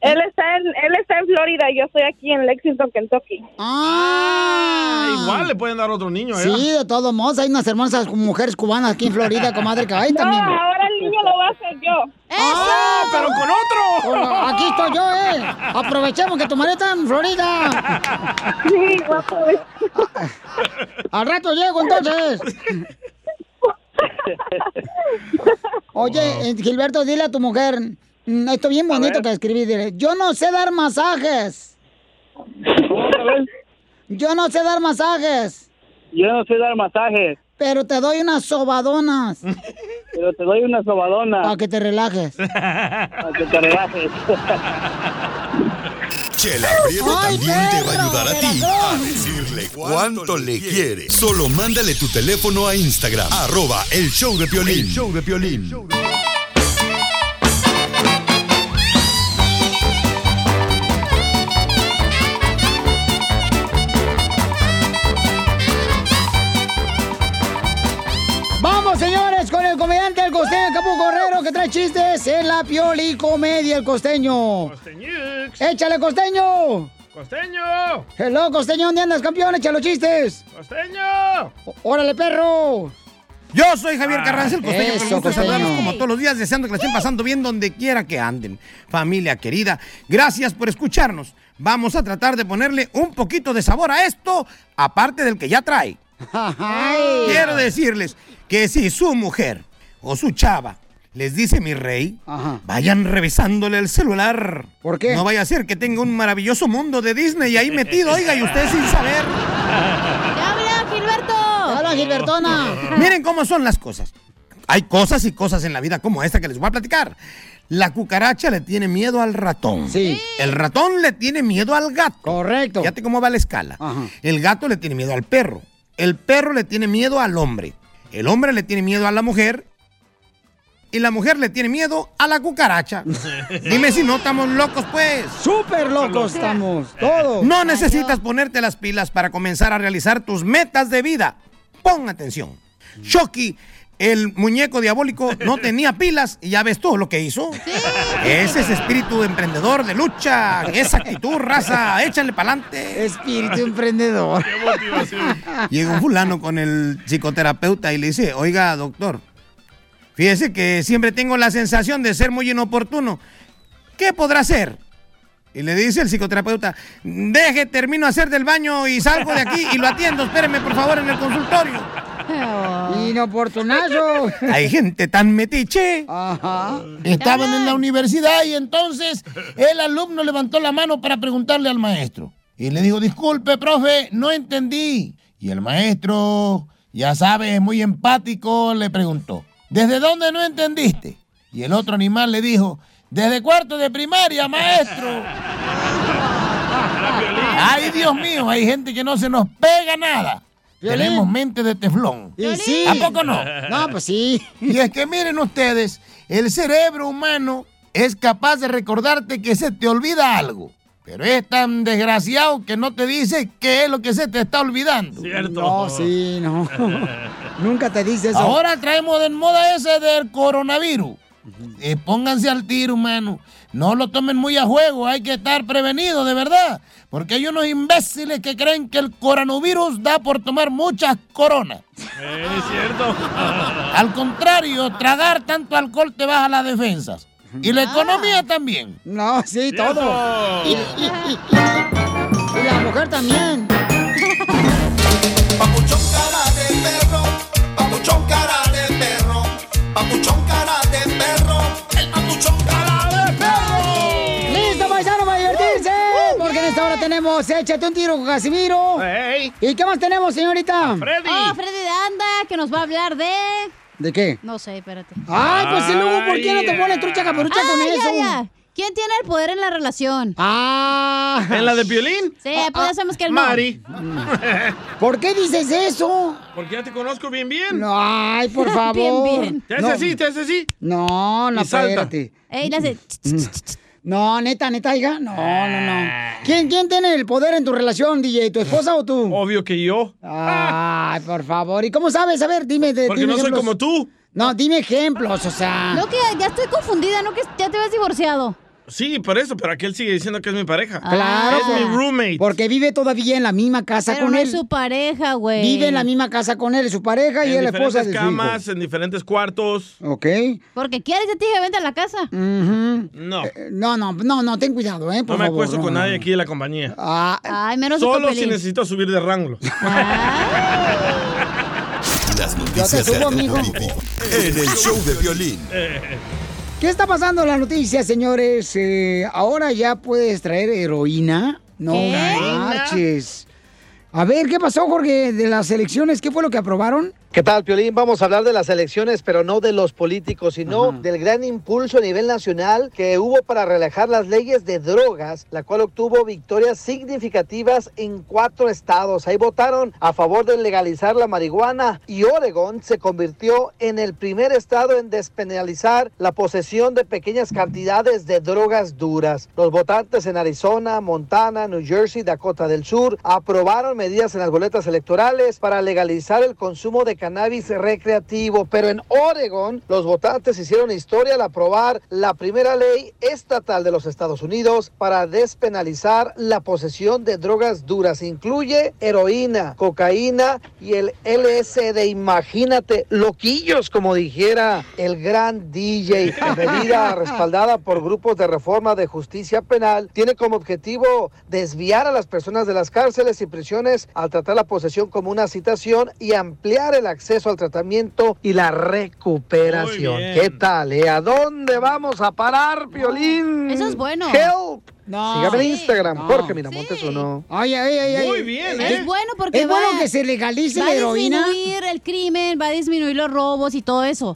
Speaker 1: Él está en él está en Florida, yo estoy aquí en Lexington, Kentucky.
Speaker 2: Ah,
Speaker 3: Igual le pueden dar otro niño, ¿eh?
Speaker 2: Sí, de todos modos, hay unas hermosas mujeres cubanas aquí en Florida, comadre, que hay también.
Speaker 1: ahora el niño lo va a hacer yo.
Speaker 2: ¡Ah,
Speaker 3: pero con otro!
Speaker 2: aquí estoy yo, ¿eh? Aprovechemos que tu marido está en Florida.
Speaker 1: Sí,
Speaker 2: Al rato llego, entonces. Oye, eh, Gilberto, dile a tu mujer, mm, esto bien bonito que escribí, dile, yo no sé dar masajes. Yo no sé dar masajes,
Speaker 11: Yo no sé dar masajes,
Speaker 2: pero te doy unas sobadonas
Speaker 11: pero te doy una sobadona
Speaker 2: para que te relajes.
Speaker 11: para que te relajes.
Speaker 5: Chela Prieto
Speaker 2: ¡Ay,
Speaker 5: también te va
Speaker 2: perro!
Speaker 5: a ayudar a ti a decirle cuánto le quiere. Solo mándale tu teléfono a Instagram, arroba el show de Piolín. show de Piolín.
Speaker 2: Vamos, señores, con el comediante El Costeño, Capu Correro, que trae chistes en la Pioli Comedia, El Costeño. ¡Échale, Costeño!
Speaker 3: ¡Costeño!
Speaker 2: Hello, Costeño, ¿dónde andas, campeón? Échale los chistes.
Speaker 3: ¡Costeño!
Speaker 2: Ó- ¡Órale, perro!
Speaker 13: Yo soy Javier Carranza, el costeño, con
Speaker 2: Eso,
Speaker 13: el gusto de
Speaker 2: costeño.
Speaker 13: saludarlos como todos los días, deseando que la estén pasando bien donde quiera que anden. Familia querida, gracias por escucharnos. Vamos a tratar de ponerle un poquito de sabor a esto, aparte del que ya trae. Quiero decirles que si su mujer o su chava les dice mi rey, vayan revisándole el celular. ¿Por qué? No vaya a ser que tenga un maravilloso mundo de Disney ahí metido, oiga, y usted sin saber.
Speaker 4: ¡Habla, Gilberto! ¡Habla,
Speaker 13: Gilbertona! Miren cómo son las cosas. Hay cosas y cosas en la vida como esta que les voy a platicar. La cucaracha le tiene miedo al ratón. Sí. El ratón le tiene miedo al gato. Correcto. Fíjate cómo va la escala. El gato le tiene miedo al perro. El perro le tiene miedo al hombre. El hombre le tiene miedo a la mujer. Y la mujer le tiene miedo a la cucaracha. Dime si no estamos locos, pues.
Speaker 2: Súper locos estamos, todos.
Speaker 13: No necesitas ponerte las pilas para comenzar a realizar tus metas de vida. Pon atención. Chucky, el muñeco diabólico, no tenía pilas y ya ves todo lo que hizo. Ese es espíritu emprendedor de lucha, esa actitud, raza, échale pa'lante.
Speaker 2: Espíritu emprendedor.
Speaker 13: Llega un fulano con el psicoterapeuta y le dice, oiga, doctor, fíjese que siempre tengo la sensación de ser muy inoportuno. ¿Qué podrá ser? Y le dice el psicoterapeuta, deje, termino a hacer del baño y salgo de aquí y lo atiendo, espéreme por favor en el consultorio.
Speaker 2: Inoportunazo.
Speaker 13: Hay gente tan metiche.
Speaker 8: Estaban en la universidad y entonces el alumno levantó la mano para preguntarle al maestro. Y le dijo, disculpe, profe, no entendí. Y el maestro, ya sabes, muy empático, le preguntó, ¿desde dónde no entendiste? Y el otro animal le dijo, desde cuarto de primaria, maestro. Ay, Dios mío, hay gente que no se nos pega nada.
Speaker 2: Piolín.
Speaker 8: Tenemos mente de teflón.
Speaker 2: Y sí.
Speaker 8: ¿A poco no?
Speaker 2: No, pues sí.
Speaker 8: Y es que miren ustedes, el cerebro humano es capaz de recordarte que se te olvida algo. Pero es tan desgraciado que no te dice qué es lo que se te está olvidando.
Speaker 2: Cierto. No, sí, no. Nunca te dice eso.
Speaker 8: Ahora traemos de moda ese del coronavirus. Eh, pónganse al tiro, mano. No lo tomen muy a juego, hay que estar prevenidos, de verdad. Porque hay unos imbéciles que creen que el coronavirus da por tomar muchas coronas.
Speaker 3: Eh, Es cierto.
Speaker 8: Al contrario, tragar tanto alcohol te baja las defensas. Y
Speaker 2: Ah.
Speaker 8: la economía también.
Speaker 2: No, sí, todo. Y, y- y- y la mujer también.
Speaker 1: papuchón cara de perro, el papuchón cara de perro.
Speaker 2: ¡Listo, paisano, para divertirse! Porque en esta hora tenemos Échate un tiro con Casimiro. ¿Y qué más tenemos, señorita?
Speaker 4: Oh, Freddy de Anda, que nos va a hablar de...
Speaker 2: ¿De qué?
Speaker 4: No sé, espérate.
Speaker 2: Ay, pues y luego, ¿por qué no te pones trucha caperucha
Speaker 4: Ah,
Speaker 2: con
Speaker 4: ya,
Speaker 2: eso?
Speaker 4: ya. ¿Quién tiene el poder en la relación?
Speaker 2: ¡Ah!
Speaker 3: ¿En la de Piolín?
Speaker 4: Sí, pues ya sabemos que el
Speaker 3: Mari.
Speaker 2: Mm. ¿Por qué dices eso?
Speaker 3: Porque ya te conozco bien, bien.
Speaker 2: No, ay, por favor.
Speaker 3: Te haces
Speaker 2: No.
Speaker 3: así, te haces así.
Speaker 2: No, no,
Speaker 3: Y salta.
Speaker 2: espérate. Mm.
Speaker 4: Ey, le hace...
Speaker 2: No, neta, neta, hija. No, no, no.
Speaker 3: Ah.
Speaker 2: ¿Quién, ¿Quién tiene el poder en tu relación, DJ? ¿Tu esposa o tú?
Speaker 3: Obvio que yo.
Speaker 2: Ay, por favor. ¿Y cómo sabes? A ver, dime. de-
Speaker 3: Porque
Speaker 2: dime
Speaker 3: no soy como
Speaker 2: tú. No, dime ejemplos, o sea.
Speaker 4: No, que ya estoy confundida, no que ya te habías divorciado.
Speaker 3: Sí, por eso, pero aquel sigue diciendo que es mi pareja.
Speaker 2: Claro.
Speaker 3: Es mi roommate.
Speaker 2: Porque vive todavía en la misma casa
Speaker 4: Pero
Speaker 2: con
Speaker 4: no
Speaker 2: él.
Speaker 4: es su pareja, güey.
Speaker 2: Vive en la misma casa con él, su pareja y
Speaker 3: en
Speaker 2: es la esposa
Speaker 3: diferentes
Speaker 2: de su
Speaker 3: camas,
Speaker 2: hijo.
Speaker 3: en diferentes cuartos.
Speaker 2: Ok.
Speaker 4: Porque quieres, ya te dije, vente a la casa.
Speaker 2: Ujú.
Speaker 3: No.
Speaker 2: Eh, No, no, no, no, ten cuidado, ¿eh?
Speaker 3: No
Speaker 2: Por
Speaker 3: me
Speaker 2: favor,
Speaker 3: acuesto
Speaker 2: no,
Speaker 3: con
Speaker 2: no,
Speaker 3: nadie
Speaker 2: no.
Speaker 3: aquí de la compañía.
Speaker 2: Ah,
Speaker 4: Ay, menos de
Speaker 3: Solo
Speaker 4: papelín.
Speaker 3: si necesito subir de rango.
Speaker 5: Las noticias
Speaker 2: Ah. subo,
Speaker 5: de
Speaker 2: mijo.
Speaker 5: vivo en el show de violín.
Speaker 2: ¿Qué está pasando en las noticias, señores? Eh, ahora ya puedes traer heroína. No
Speaker 1: ¿Qué?
Speaker 2: marches. A ver, ¿qué pasó, Jorge, de las elecciones? ¿Qué fue lo que aprobaron?
Speaker 6: ¿Qué tal, Piolín? Vamos a hablar de las elecciones, pero no de los políticos, sino del gran impulso a nivel nacional que hubo para relajar las leyes de drogas, la cual obtuvo victorias significativas en cuatro estados. Ahí votaron a favor de legalizar la marihuana y Oregón se convirtió en el primer estado en despenalizar la posesión de pequeñas cantidades de drogas duras. Los votantes en Arizona, Montana, New Jersey, Dakota del Sur aprobaron medidas en las boletas electorales para legalizar el consumo de cannabis recreativo, pero en Oregon los votantes hicieron historia al aprobar la primera ley estatal de los Estados Unidos para despenalizar la posesión de drogas duras. Incluye heroína, cocaína y el LSD. Imagínate, loquillos, como dijera el gran DJ. Medida respaldada por grupos de reforma de justicia penal, tiene como objetivo desviar a las personas de las cárceles y prisiones al tratar la posesión como una citación y ampliar el acceso al tratamiento y la recuperación.
Speaker 1: Muy bien.
Speaker 6: ¿Qué tal? eh? ¿A dónde vamos a parar, Violín?
Speaker 4: Eso es bueno.
Speaker 6: Help.
Speaker 2: No.
Speaker 6: Sígame en
Speaker 2: Sí.
Speaker 6: Instagram,
Speaker 2: No.
Speaker 6: Jorge Miramontes uno.
Speaker 2: Ah. Ay, ay, ay, ay.
Speaker 6: ¿eh?
Speaker 4: Es bueno porque
Speaker 2: ¿eh? Es
Speaker 4: va,
Speaker 2: bueno que se legalice
Speaker 4: va
Speaker 2: la heroína.
Speaker 4: a disminuir el crimen, va a disminuir los robos y todo eso.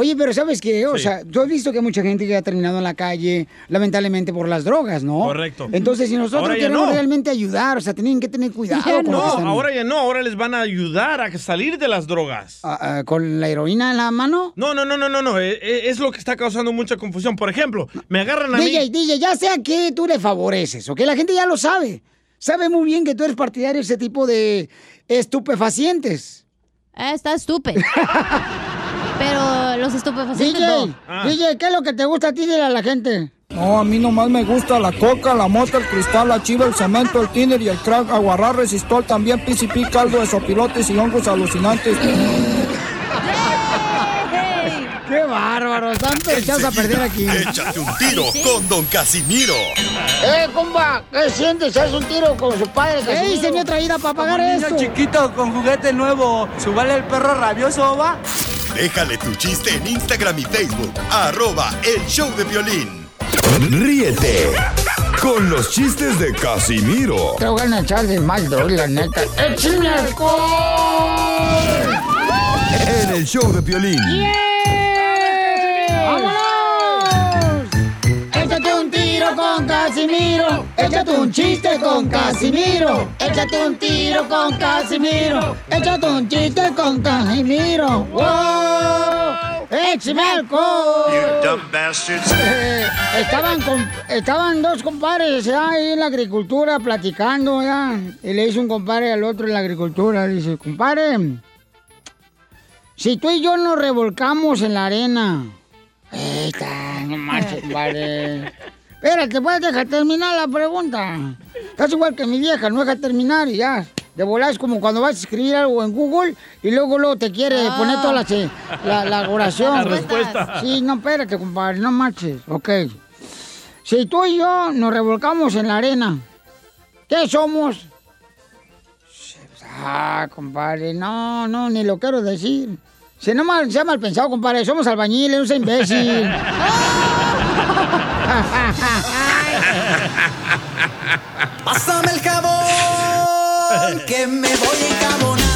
Speaker 2: Oye, pero ¿sabes qué? O
Speaker 4: Sí.
Speaker 2: sea, tú has visto que mucha gente que ha terminado en la calle, lamentablemente por las drogas, ¿no?
Speaker 3: Correcto.
Speaker 2: Entonces, si nosotros
Speaker 3: Ahora ya
Speaker 2: queremos
Speaker 3: no.
Speaker 2: realmente ayudar, o sea, tienen que tener cuidado con lo
Speaker 3: no,
Speaker 2: que están-
Speaker 3: ahora ya no, ahora les van a ayudar a salir de las drogas.
Speaker 2: ah, ¿Con la heroína en la mano?
Speaker 3: No, no, no, no, no, no. eh, eh, Es lo que está causando mucha confusión. Por ejemplo, me agarran a
Speaker 2: DJ,
Speaker 3: mí.
Speaker 2: DJ, ya sea que tú le favoreces, ¿ok? La gente ya lo sabe. Sabe muy bien que tú eres partidario de ese tipo de estupefacientes. Ah,
Speaker 4: está estúpido. Pero los estupefacientes
Speaker 2: DJ, Ah.
Speaker 4: no.
Speaker 2: DJ, ¿qué es lo que te gusta a ti de la, la gente?
Speaker 14: No, a mí nomás me gusta la coca, la mota, el cristal, la chiva, el cemento, el tiner y el crack, aguarrar, resistol, también PCP, caldo de sopilotes y hongos alucinantes.
Speaker 2: ¡Qué bárbaro! Están echados a perder aquí.
Speaker 5: Échate un tiro con Don Casimiro.
Speaker 2: ¡Eh, comba! ¿Qué sientes? ¿Haz un tiro con su padre? ¿Qué hice mi otra ida para pagar
Speaker 8: Niño
Speaker 2: esto?
Speaker 8: chiquito con juguete nuevo, subale el perro rabioso, va.
Speaker 5: Déjale tu chiste en Instagram y Facebook. Arroba el show de violín. Ríete con los chistes de Casimiro
Speaker 2: Te voy a echar de mal, droga, la neta. ¡Échame alcohol!
Speaker 5: en el show de violín.
Speaker 14: Eh.
Speaker 2: ¡Vámonos! Échate un tiro con Casimiro. Échate un chiste con Casimiro. Échate un tiro con Casimiro. Échate un chiste con Casimiro. ¡Wow! ¡Échame alcohol! Eh, estaban, con- estaban dos compadres ya ahí en la agricultura platicando ya. Y le dice un compadre al otro en la agricultura, dice, compadre, si tú y yo nos revolcamos en la arena. Está, no marches, compadre. Espérate, puedes dejar terminar la pregunta. Estás igual que mi vieja, no deja terminar y ya. De volar es como cuando vas a escribir algo en Google y luego luego te quiere
Speaker 1: Ah.
Speaker 2: poner toda la, se- la, la oración.
Speaker 1: La respuesta.
Speaker 2: Sí, no, espérate, compadre, no marches. Ok. Si tú y yo nos revolcamos en la arena, ¿qué somos? Ah, compadre, no, no, ni lo quiero decir. Se no mal, se ha mal pensado, compadre. Somos albañiles, no sea imbécil.
Speaker 1: Pásame el jabón, que me voy a encabonar.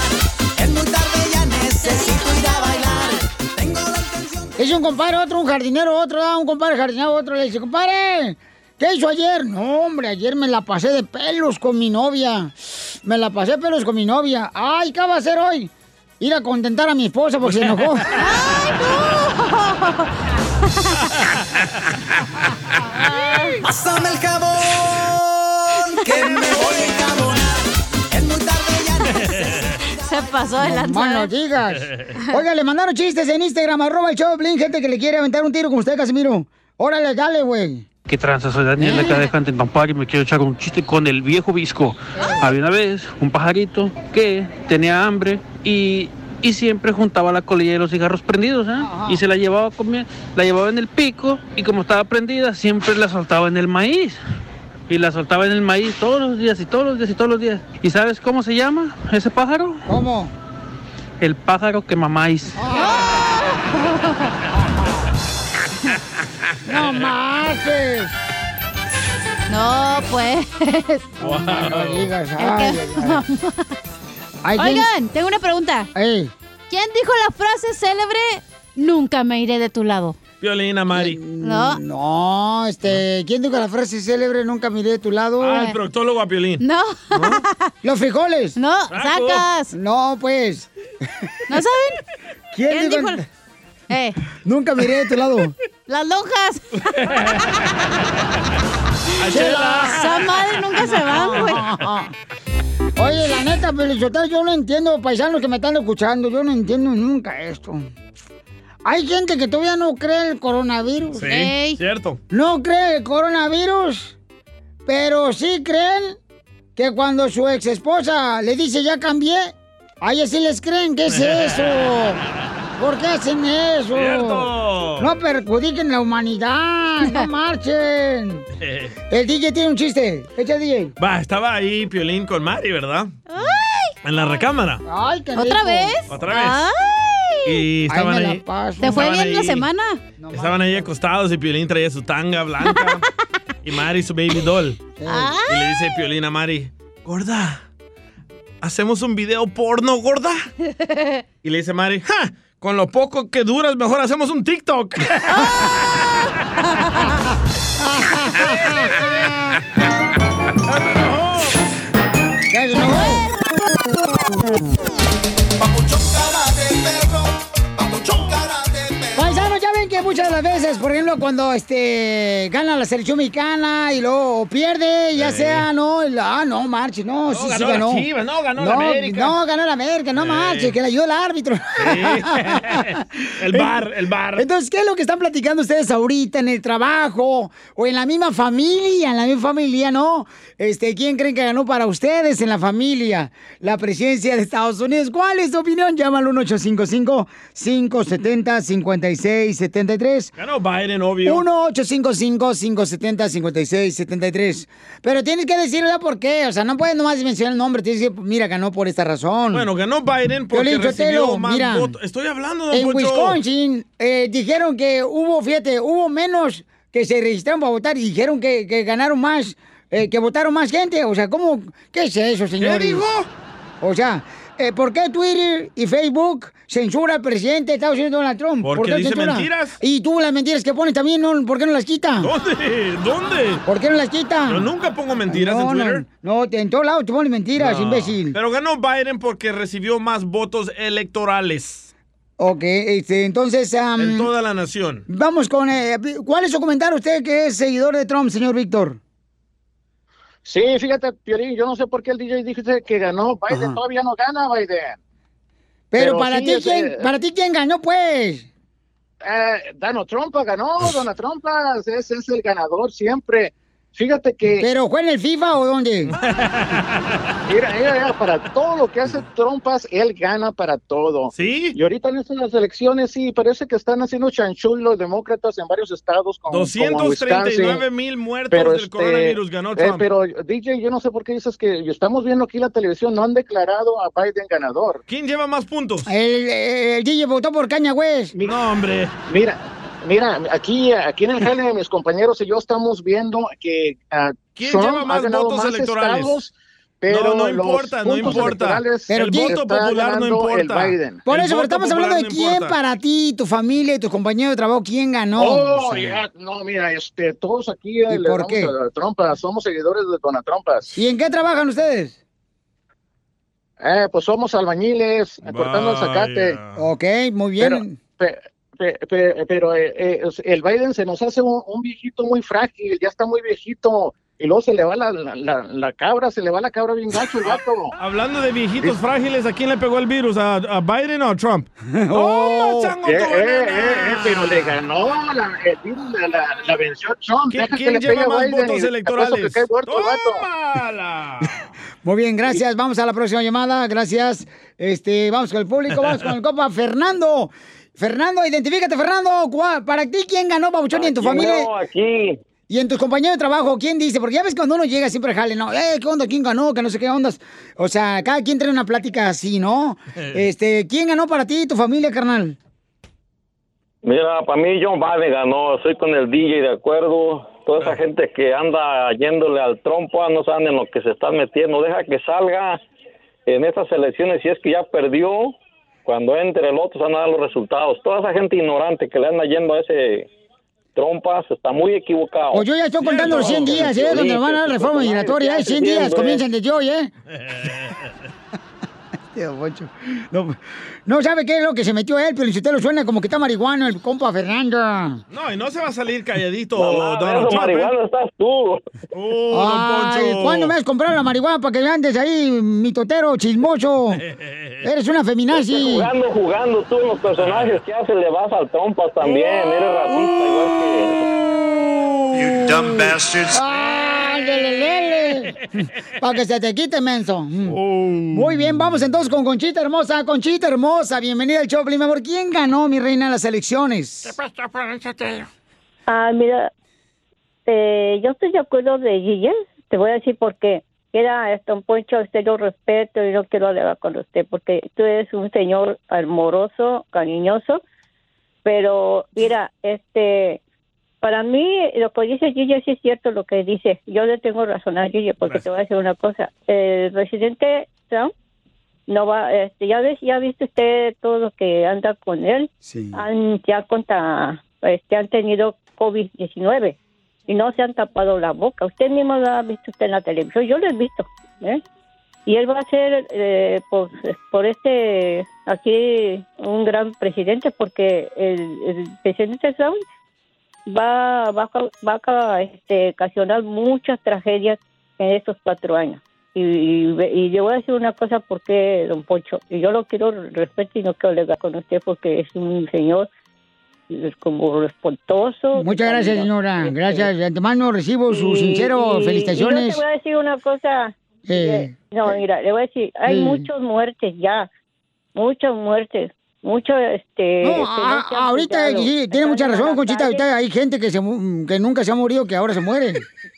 Speaker 1: Es muy tarde, ya necesito ir a bailar.
Speaker 2: Es un compadre, otro, un jardinero, otro, ah, un compadre jardinero, otro. Le dice, compadre, ¿qué hizo ayer? No, hombre, ayer me la pasé de pelos con mi novia. Me la pasé de pelos con mi novia. Ay, ¿qué va a hacer hoy? Ir a contentar a mi esposa porque se enojó.
Speaker 1: Pásame el jabón, que me voy a encabonar. Es muy tarde, ya necesito.
Speaker 2: Se pasó
Speaker 1: de lanza,
Speaker 2: No, no
Speaker 1: ¿eh?
Speaker 2: digas. Oiga, le mandaron chistes en Instagram, arroba el show, de Piolín, gente que le quiere aventar un tiro con usted, Casimiro. Órale, dale, güey.
Speaker 15: ¿Qué tranza? Soy Daniel, acá de Cantintampar y me quiero echar un chiste con el viejo visco. Había una vez un pajarito que tenía hambre y, y siempre juntaba la colilla de los cigarros prendidos, ¿eh? Y se la llevaba, a comer- la llevaba en el pico y como estaba prendida siempre la soltaba en el maíz. Y la soltaba en el maíz todos los días y todos los días y todos los días. ¿Y sabes cómo se llama ese pájaro?
Speaker 2: ¿Cómo?
Speaker 15: El pájaro que mamáis.
Speaker 2: ¡No marches! No, pues. No, no digas. ay,
Speaker 4: El que-
Speaker 2: ay, ay. Ay, ¿quién-
Speaker 4: Oigan, tengo una pregunta. ¿Quién dijo la frase célebre? Nunca me iré de tu lado.
Speaker 3: Violina, Mari.
Speaker 4: No.
Speaker 2: No, este, ¿quién dijo la frase célebre? Nunca miré de tu lado.
Speaker 3: Ah, el proctólogo a Piolín.
Speaker 4: No.
Speaker 2: ¿Los frijoles?
Speaker 4: No, sacas.
Speaker 2: No, pues.
Speaker 4: ¿No saben?
Speaker 2: ¿Quién,
Speaker 4: ¿Quién
Speaker 2: dijo?
Speaker 4: dijo Eh,
Speaker 2: Nunca miré de tu lado.
Speaker 4: las lonjas. Esa madre nunca se van, güey.
Speaker 2: Oye, la neta, Pelichotel, yo no entiendo, paisanos que me están escuchando, yo no entiendo nunca esto. Hay gente que todavía no cree el coronavirus.
Speaker 3: Sí, cierto.
Speaker 2: No cree el coronavirus, pero sí creen que cuando su ex esposa le dice ya cambié, a ellos sí les creen, ¿qué es eso? ¿Por qué hacen eso?
Speaker 1: Cierto.
Speaker 2: No perjudiquen la humanidad, no marchen. El DJ tiene un chiste, echa DJ.
Speaker 3: Eh, Va, estaba ahí Piolín con Mari, ¿verdad? En la recámara.
Speaker 2: Ay, qué
Speaker 4: ¿Otra
Speaker 2: rico.
Speaker 4: vez?
Speaker 3: Otra vez. Y estaban
Speaker 4: Ay, me la
Speaker 3: ahí.
Speaker 4: paso. ¿Te fue
Speaker 3: estaban
Speaker 4: bien la
Speaker 3: ahí-
Speaker 4: semana?
Speaker 3: Estaban ahí acostados y Piolín traía su tanga blanca y Mari su baby doll. Y le dice Piolín a Mari, gorda, ¿hacemos un video porno, gorda? Y le dice Mari, ¡ja! Con lo poco que duras, mejor hacemos un TikTok.
Speaker 2: Ya se enojó. Paisanos, ya ven que muchas de las veces, por ejemplo, cuando este gana la selección mexicana y luego pierde, ya
Speaker 1: Sí.
Speaker 2: sea, no, el- ah, no, marche, no, sí, sí
Speaker 1: ganó las
Speaker 2: ganó.
Speaker 1: Chivas, no, ganó la América.
Speaker 2: No, ganó la América, no
Speaker 1: Sí.
Speaker 2: marche, que le ayudó el árbitro.
Speaker 3: El bar, el bar.
Speaker 2: Entonces, ¿qué es lo que están platicando ustedes ahorita en el trabajo o en la misma familia? En la misma familia, ¿no? Este, ¿quién creen que ganó para ustedes en la familia la presidencia de Estados Unidos? ¿Cuál es tu opinión? Llámalo al 1-855-570-5673.
Speaker 3: Ganó Biden, obvio.
Speaker 2: 1-855-570-5673. Pero tienes que decirle por qué. O sea, no puedes nomás mencionar el nombre. Tienes que decir, mira, ganó por esta razón.
Speaker 3: Bueno, ganó Biden porque
Speaker 2: Piolín
Speaker 3: recibió
Speaker 2: Sotelo,
Speaker 3: más
Speaker 2: mira.
Speaker 3: votos. Estoy hablando, don
Speaker 2: En
Speaker 3: Poncho.
Speaker 2: Wisconsin eh, dijeron que hubo, fíjate, hubo menos que se registraron para votar y dijeron que, que ganaron más, eh, que votaron más gente. O sea, ¿cómo? ¿Qué es eso, señor?
Speaker 1: dijo?
Speaker 2: O sea, eh, ¿por qué Twitter y Facebook censura al presidente de Estados Unidos, Donald Trump?
Speaker 1: Porque
Speaker 2: ¿Por qué lo
Speaker 1: dice
Speaker 2: censura?
Speaker 1: mentiras.
Speaker 2: Y tú las mentiras que pones también, ¿no? ¿por qué no las quita?
Speaker 3: ¿Dónde? ¿Dónde?
Speaker 2: ¿Por qué no las quita?
Speaker 3: Yo nunca pongo mentiras en
Speaker 2: No, no,
Speaker 3: Twitter.
Speaker 2: No, en todos lados te pones mentiras,
Speaker 3: No.
Speaker 2: imbécil.
Speaker 3: Pero ganó Biden porque recibió más votos electorales
Speaker 2: Ok, este, entonces... am,
Speaker 3: en toda la nación.
Speaker 2: Vamos con... eh, ¿Cuál es su comentario usted que es seguidor de Trump, señor Víctor?
Speaker 16: Sí, fíjate, Piolín, yo no sé por qué el DJ dijiste que ganó Biden,
Speaker 2: Ajá.
Speaker 16: todavía no gana Biden.
Speaker 2: Pero,
Speaker 16: Pero
Speaker 2: para
Speaker 16: sí, este,
Speaker 2: ti,
Speaker 16: ese-
Speaker 2: ¿quién, para ti, ¿quién ganó, pues?
Speaker 16: Eh, Donald Trump ganó, Donald Trump es, es el ganador siempre. Fíjate que.
Speaker 2: ¿Pero fue en el FIFA o dónde?
Speaker 16: Mira, mira, mira, para todo lo que hace Trompas, él gana para todo. Sí. Y ahorita en estas elecciones, sí, parece que están haciendo chanchul los demócratas en varios estados. Como, como Wisconsin.
Speaker 3: 239 mil muertos
Speaker 16: Pero
Speaker 3: del
Speaker 16: este,
Speaker 3: coronavirus ganó
Speaker 16: eh,
Speaker 3: Trump.
Speaker 16: pero DJ, yo no sé por qué dices que estamos viendo aquí la televisión, no han declarado a Biden ganador.
Speaker 3: ¿Quién lleva más puntos?
Speaker 2: El, el DJ votó por Caña West.
Speaker 3: No, hombre.
Speaker 16: Mira, mira, aquí, aquí en el jale, mis compañeros y yo estamos viendo que ah,
Speaker 3: ¿Quién
Speaker 16: Trump
Speaker 3: lleva
Speaker 16: ha
Speaker 3: más
Speaker 16: ganado
Speaker 3: votos
Speaker 16: más
Speaker 3: electorales?
Speaker 16: Estados, pero
Speaker 3: no, no
Speaker 16: los
Speaker 3: importa, no
Speaker 16: puntos
Speaker 3: importa.
Speaker 16: electorales
Speaker 3: Pero
Speaker 16: el
Speaker 3: ¿quién-
Speaker 16: voto
Speaker 3: está
Speaker 16: popular no
Speaker 3: ganando el
Speaker 16: importa.
Speaker 3: Biden.
Speaker 2: Por
Speaker 3: El
Speaker 2: eso, pero
Speaker 3: voto
Speaker 2: estamos hablando de
Speaker 3: popular no
Speaker 2: quién
Speaker 3: importa.
Speaker 2: para ti, tu familia y tus compañeros de trabajo, quién ganó.
Speaker 16: Oh,
Speaker 2: Sí.
Speaker 16: ya, no, mira, este, todos aquí eh,
Speaker 2: ¿Y
Speaker 16: le
Speaker 2: por
Speaker 16: damos
Speaker 2: qué?
Speaker 16: a la trompa, somos seguidores de Donatrompas.
Speaker 2: ¿Y en qué trabajan ustedes?
Speaker 16: Eh, pues somos albañiles, eh, cortando el zacate.
Speaker 2: Ok, muy bien.
Speaker 16: Pero, pe- pe- pe- pero, eh, eh, es- el Biden se nos hace un, un viejito muy frágil, ya está muy viejito, y luego se le va la, la- la- la cabra, se le va la cabra bien gacho el gato.
Speaker 3: Hablando de viejitos frágiles, ¿a quién le pegó el virus? ¿A, a Biden o a Trump? ¡Oh, chango,
Speaker 16: Eh,
Speaker 3: tú,
Speaker 16: eh,
Speaker 3: nena!
Speaker 16: eh, eh, pero le ganó la, el virus, eh, la, la- la venció Trump.
Speaker 3: ¿Quién-
Speaker 16: Deja que
Speaker 3: quién
Speaker 16: le
Speaker 3: lleva
Speaker 16: pegue a
Speaker 3: más
Speaker 16: Biden y
Speaker 3: votos
Speaker 16: te apuesto que
Speaker 3: electorales?
Speaker 16: cae muerto el vato.
Speaker 2: Muy bien, gracias. Vamos a la próxima llamada. Gracias. Este, vamos con el público, vamos con el copa Fernando. Fernando, identifícate, Fernando. ¿Cuá- Para ti, ¿quién ganó, Babuchón? Y en tu
Speaker 17: Aquí
Speaker 2: familia.
Speaker 17: veo, aquí.
Speaker 2: Y en tus compañeros de trabajo, ¿quién dice? Porque ya ves cuando uno llega siempre jale, no, eh, ¿qué onda? ¿Quién ganó? Que no sé qué ondas. O sea, cada quien trae una plática así, ¿no? Este, ¿quién ganó para ti y tu familia, carnal?
Speaker 17: Mira, para mí John Biden ganó, estoy con el DJ de acuerdo. Toda esa gente que anda yéndole al trompo, ah, no saben en lo que se están metiendo. Deja que salga en estas elecciones, si es que ya perdió, cuando entre el otro se van a dar los resultados. Toda esa gente ignorante que le anda yendo a ese trompas está muy equivocado.
Speaker 2: O Pues yo ya estoy contando los 100 días, ¿eh? Donde van a dar reforma migratoria, ¿eh? 100 días, comienzan desde hoy, ¿eh? Tío Poncho. No, no sabe qué es lo que se metió él, pero si usted lo suena como que está marihuano el compa Fernando.
Speaker 3: No, y no se va a salir calladito
Speaker 17: Mamá,
Speaker 3: Donald
Speaker 17: eso,
Speaker 3: Trump. ¿eh?
Speaker 17: marihuana, estás tú.
Speaker 3: Oh, don
Speaker 2: Ay,
Speaker 3: Poncho.
Speaker 2: ¿Cuándo me has comprado la marihuana para que andes ahí, mitotero, chismoso? Eres una
Speaker 17: Estás
Speaker 2: feminazi.
Speaker 17: Jugando, jugando tú en los personajes que haces, le vas al trompas también. Eres racista igual que.
Speaker 5: Dumb bastards.
Speaker 2: Ándele, lele. Para que se te quite, menso. Mm.
Speaker 3: Oh.
Speaker 2: Muy bien, vamos entonces con Conchita Hermosa. Conchita Hermosa, bienvenida al show, Prima. ¿Por quién ganó, mi reina, las elecciones?
Speaker 18: Ah, mira, eh, yo estoy de acuerdo de Guille. Te voy a decir por qué. Era este, don Poncho, a usted lo respeto y no quiero hablar con usted porque tú eres un señor amoroso, cariñoso. Pero mira, este, para mí lo que dice Gille sí es cierto lo que dice. Yo le tengo razón a Gille porque te voy a decir una cosa. El presidente Trump no va, este, ya ves, ya viste usted todo lo que anda con él. Han, ya contra, este, han tenido COVID-19 y no se han tapado la boca. Usted mismo lo ha visto usted en la televisión, yo lo he visto. ¿eh? Y él va a ser eh, por, por este aquí un gran presidente porque el, el presidente Trump va, va, a cau- va a ca- este, ocasionar muchas tragedias en estos cuatro años. Y, y, y le voy a decir una cosa porque, don Pocho, y yo lo quiero respeto y no quiero alegar con usted porque es un señor eh, como respetuoso.
Speaker 2: Muchas gracias,
Speaker 18: Este,
Speaker 2: señora. Gracias. De antemano recibo sus sinceros
Speaker 18: y- Y yo
Speaker 2: felicitaciones.
Speaker 18: te voy a decir una cosa.
Speaker 2: Eh.
Speaker 18: No, mira, le voy a decir, hay
Speaker 2: Sí.
Speaker 18: muchas muertes ya, muchas muertes, mucho, este... que
Speaker 2: No,
Speaker 18: no
Speaker 2: a-
Speaker 18: se
Speaker 2: a-
Speaker 18: han
Speaker 2: ahorita
Speaker 18: cuidado.
Speaker 2: sí, tiene mucha
Speaker 18: Están en
Speaker 2: razón,
Speaker 18: la
Speaker 2: Conchita.
Speaker 18: calle.
Speaker 2: Ahorita hay gente que, se, mu- que nunca se ha morido que ahora se muere.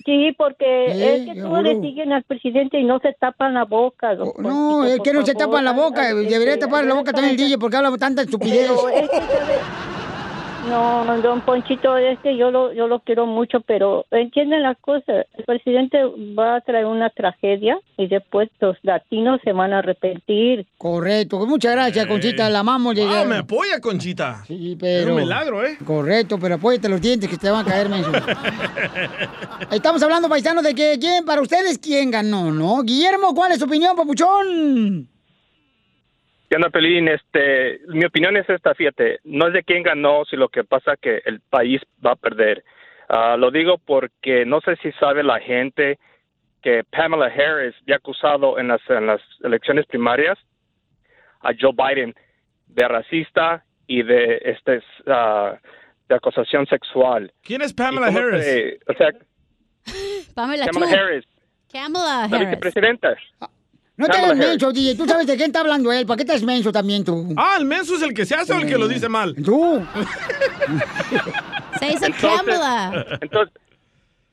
Speaker 18: Sí, porque
Speaker 2: Eh,
Speaker 18: es que
Speaker 2: yo
Speaker 18: todos le
Speaker 2: juro.
Speaker 18: siguen al presidente y no se tapan la boca. don
Speaker 2: Oh, No,
Speaker 18: Ponchito,
Speaker 2: es que
Speaker 18: por
Speaker 2: no se
Speaker 18: favor,
Speaker 2: tapa la boca.
Speaker 18: hagan-
Speaker 2: Debería
Speaker 18: este,
Speaker 2: tapar la boca también el DJ porque habla tanta estupidez.
Speaker 18: Pero es que, ¿sabe? No, don Ponchito, es que yo lo, yo lo quiero mucho, pero entienden las cosas. El presidente va a traer una tragedia y después los latinos se van a arrepentir.
Speaker 2: Correcto, pues muchas gracias, Conchita, la amamos.
Speaker 3: Ah, me apoya, Conchita.
Speaker 2: Sí,
Speaker 3: Es
Speaker 2: pero...
Speaker 3: un milagro, ¿eh?
Speaker 2: Correcto, pero apóyate los dientes que te van a caer, menso. Estamos hablando, paisanos, de que quién, para ustedes, quién ganó, ¿no? Guillermo, ¿cuál es tu opinión, papuchón?
Speaker 19: ¿Qué onda, Pelín? Este, mi opinión es esta, fíjate, no es de quién ganó, sino lo que pasa que el país va a perder. Ah, lo digo porque no sé si sabe la gente que Pamela Harris ya ha acusado en las, en las elecciones primarias a Joe Biden de racista y de, este, ah, de acusación sexual.
Speaker 3: ¿Quién es
Speaker 19: ¿Y
Speaker 3: Pamela
Speaker 19: cómo
Speaker 3: Harris?
Speaker 19: te- o sea,
Speaker 4: Pamela
Speaker 19: Kamala
Speaker 4: Chu.
Speaker 19: Harris,
Speaker 4: Kamala
Speaker 19: la
Speaker 4: Harris.
Speaker 19: vicepresidenta.
Speaker 3: Ah,
Speaker 2: No te
Speaker 19: Kamala
Speaker 2: hagas
Speaker 19: Harris.
Speaker 2: menso, DJ. Tú sabes de quién está hablando él. ¿Para qué te haces menso también tú?
Speaker 20: Ah, el menso es el que se hace o el que lo dice mal.
Speaker 2: Tú.
Speaker 4: Se dice
Speaker 19: Entonces-
Speaker 4: Kamala.
Speaker 19: Entonces,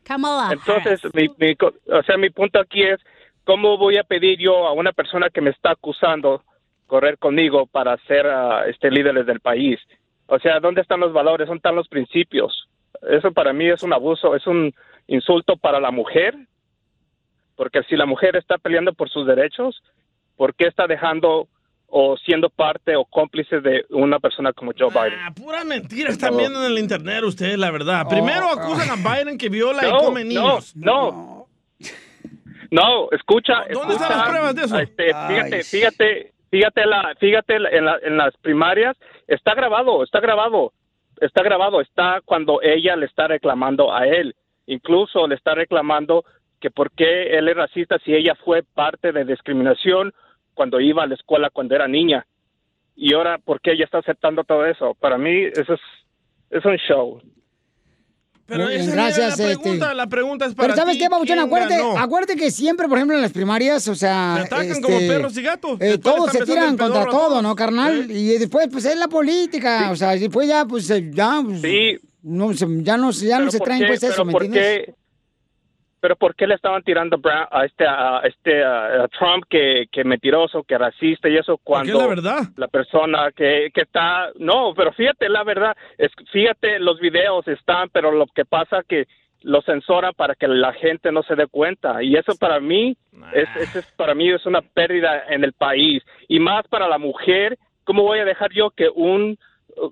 Speaker 4: Kamala.
Speaker 19: entonces mi, mi co- o sea, mi punto aquí es, ¿cómo voy a pedir yo a una persona que me está acusando correr conmigo para ser ah, este líderes del país? O sea, ¿dónde están los valores? ¿Dónde están los principios? Eso para mí es un abuso, es un insulto para la mujer, porque si la mujer está peleando por sus derechos, ¿por qué está dejando o siendo parte o cómplice de una persona como Joe Biden?
Speaker 20: Pura mentira están viendo en el internet ustedes, la verdad. Primero acusan a Biden que viola y
Speaker 19: No,
Speaker 20: come
Speaker 19: no,
Speaker 20: niños.
Speaker 19: No, no. escucha,
Speaker 20: ¿Dónde
Speaker 19: escucha,
Speaker 20: están las pruebas de eso?
Speaker 19: este,
Speaker 20: Ay,
Speaker 19: fíjate, fíjate, fíjate, la, fíjate la- en, la- en las primarias, está grabado, está grabado, está grabado, está cuando ella le está reclamando a él, incluso le está reclamando que por qué él es racista si ella fue parte de discriminación cuando iba a la escuela cuando era niña. Y ahora, ¿por qué ella está aceptando todo eso? Para mí, eso es, es un show.
Speaker 20: Pero
Speaker 2: Muy
Speaker 20: esa
Speaker 2: bien,
Speaker 20: no era
Speaker 2: gracias,
Speaker 20: la
Speaker 2: este.
Speaker 20: pregunta, la pregunta es para
Speaker 2: Pero ¿sabes
Speaker 20: ti,
Speaker 2: qué, Pabuchón?
Speaker 20: ¿quién
Speaker 2: Acuérdate,
Speaker 20: ganó?
Speaker 2: acuérdate que siempre, por ejemplo, en las primarias, o sea... este,
Speaker 20: Se atacan como perros y gatos.
Speaker 2: Ah, eh,
Speaker 20: Después
Speaker 2: todos
Speaker 20: le
Speaker 2: se
Speaker 20: están besando
Speaker 2: tiran
Speaker 20: el
Speaker 2: contra
Speaker 20: pedorro a
Speaker 2: todo,
Speaker 20: todos.
Speaker 2: ¿no, carnal? Y después, pues, es la política. O sea, y después ya, pues, eh, ya... pues, No, se- ya no, se- ya no
Speaker 19: Pero
Speaker 2: se
Speaker 19: ¿por
Speaker 2: traen,
Speaker 19: qué?
Speaker 2: pues, eso,
Speaker 19: pero
Speaker 2: ¿me
Speaker 19: por
Speaker 2: entiendes?
Speaker 19: Qué, pero ¿por qué le estaban tirando Bra- a este, a este a- a Trump que, que mentiroso, que racista y eso cuando
Speaker 20: la verdad.
Speaker 19: la persona que, que está... No, pero fíjate, la verdad, es, fíjate, los videos están, pero lo que pasa que los censoran para que la gente no se dé cuenta y eso para mí es,
Speaker 20: Ah.
Speaker 19: es- es- para mí es una pérdida en el país y más para la mujer cómo voy a dejar yo que un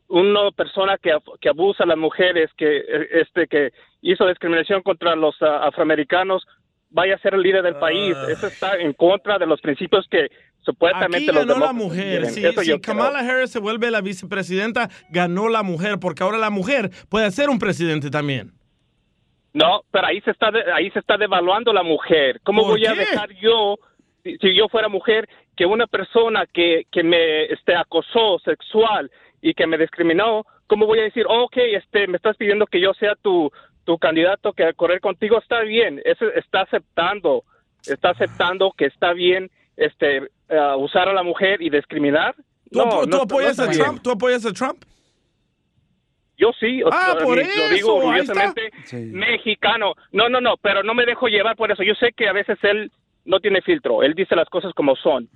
Speaker 19: una persona que, ab- que abusa a las mujeres, que eh, este que hizo discriminación contra los ah, afroamericanos, vaya a ser el líder del
Speaker 20: Ah.
Speaker 19: país. Eso está en contra de los principios que
Speaker 20: Aquí
Speaker 19: supuestamente Pues, los
Speaker 20: ganó la
Speaker 19: demócratas
Speaker 20: mujer.
Speaker 19: tienen.
Speaker 20: Si,
Speaker 19: Eso
Speaker 20: si
Speaker 19: yo creo.
Speaker 20: Kamala Harris se vuelve la vicepresidenta, ganó la mujer, porque ahora la mujer puede ser un presidente también.
Speaker 19: No, pero ahí se está de- ahí se está devaluando la mujer. ¿Cómo
Speaker 20: ¿Por
Speaker 19: voy a
Speaker 20: qué?
Speaker 19: dejar yo si, si yo fuera mujer que una persona que que me este acosó sexual y que me discriminó, cómo voy a decir, ok, este me estás pidiendo que yo sea tu tu candidato que a correr contigo está bien, eso está aceptando, está aceptando que está bien este eh, usar a la mujer y discriminar.
Speaker 20: ¿Tú, apo- tú apoyas a Trump? ¿Tú apoyas a Trump?
Speaker 19: Yo sí, o
Speaker 20: Ah,
Speaker 19: sea,
Speaker 20: por
Speaker 19: lo digo
Speaker 20: eso, ahí
Speaker 19: orgullosamente mexicano. No, no, no, pero no me dejo llevar por eso. Yo sé que a veces él no tiene filtro, él dice las cosas como son.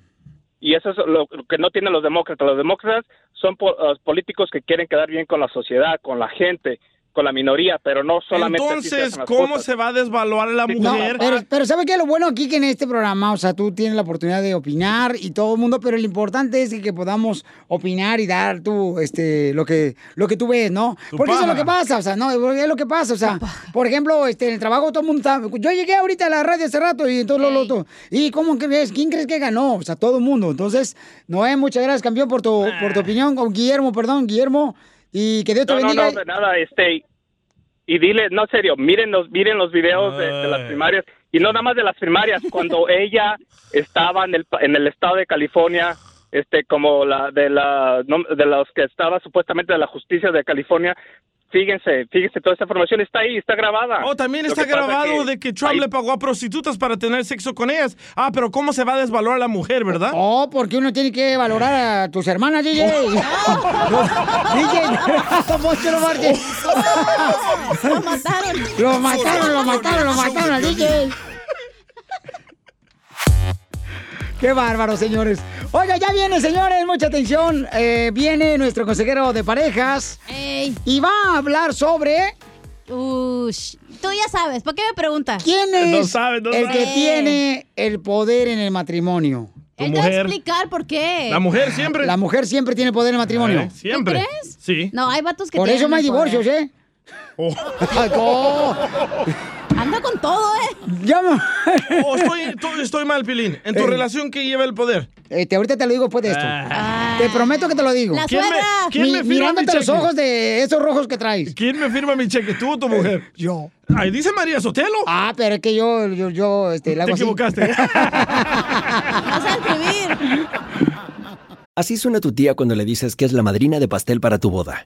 Speaker 19: Y eso es lo lo que no tienen los demócratas. Los demócratas son po- eh, políticos que quieren quedar bien con la sociedad, con la gente, con la minoría, pero no solamente así se
Speaker 20: Entonces,
Speaker 19: hacen las
Speaker 20: ¿cómo
Speaker 19: cosas.
Speaker 20: se va a desvaluar la mujer?
Speaker 2: No, pero, pero ¿sabe qué? Lo bueno aquí que en este programa, o sea, tú tienes la oportunidad de opinar y todo el mundo, pero lo importante es que podamos opinar y dar tú, este, lo que, lo que tú ves, ¿no?
Speaker 1: Tu
Speaker 2: Porque eso es lo
Speaker 1: paja.
Speaker 2: que pasa, o sea, no, es lo que pasa, o sea, por ejemplo, este, en el trabajo todo el mundo está- yo llegué ahorita a la radio hace rato y todo lo lo- todo. ¿Y cómo que ves? ¿Quién crees que ganó? O sea, todo el mundo. Entonces, Noé, muchas gracias, campeón, por tu, por tu opinión, con Guillermo, perdón, Guillermo, y que Dios te
Speaker 19: No, no,
Speaker 2: bendiga.
Speaker 19: no, de nada, este, y dile, no, serio, miren los, miren los videos de, de las primarias, y no nada más de las primarias, cuando ella estaba en el, pa- en el estado de California, este, como la, de la, no, de los que estaba supuestamente de la justicia de California, fíjense, fíjense, toda esa información está ahí, está grabada.
Speaker 20: Oh, también
Speaker 19: Lo
Speaker 20: está
Speaker 19: que pasa
Speaker 20: grabado
Speaker 19: que
Speaker 20: de que Trump le pagó a prostitutas para tener sexo con ellas. Ah, pero ¿cómo se va a desvaluar la mujer, verdad?
Speaker 2: Oh, porque uno tiene que valorar a tus hermanas, DJ. DJ, Don Poncho, no marches. Lo mataron. Lo mataron, lo mataron, lo mataron al DJ. Qué bárbaro, señores. Oiga, ya viene, señores, mucha atención. Eh, viene nuestro consejero de parejas. Y va a hablar sobre.
Speaker 4: Ush, tú ya sabes, ¿por qué me preguntas? Eh,
Speaker 2: ¿Quién es el que tiene el poder en el matrimonio?
Speaker 4: Él te va a explicar por qué.
Speaker 2: La mujer siempre tiene poder en el matrimonio.
Speaker 4: Eh, siempre. ¿Tú crees?
Speaker 20: Sí.
Speaker 4: No, hay vatos que
Speaker 2: Por
Speaker 4: tienen
Speaker 2: eso no hay
Speaker 4: el poder.
Speaker 2: divorcios, ¿eh? Ay, no.
Speaker 4: Anda con todo, ¿eh?
Speaker 20: Oh, estoy, to- estoy mal, Pilín. ¿En tu
Speaker 2: Eh.
Speaker 20: relación qué lleva el poder? Ah.
Speaker 2: Este, ahorita te lo digo después de
Speaker 3: Ah.
Speaker 2: esto. Te prometo que te lo digo.
Speaker 20: La ¿Quién me- suegra. quién me firma
Speaker 2: mirándote
Speaker 20: mi
Speaker 2: los
Speaker 20: cheque?
Speaker 2: ojos de esos rojos que traes.
Speaker 20: ¿Quién me firma mi cheque, tú o tu mujer?
Speaker 2: Yo.
Speaker 20: Ahí Eh. dice María Sotelo.
Speaker 2: Ah, pero es que yo, yo, yo, este, la
Speaker 20: Te
Speaker 2: hago así.
Speaker 20: equivocaste.
Speaker 21: Así suena tu tía cuando le dices que es la madrina de pastel para tu boda.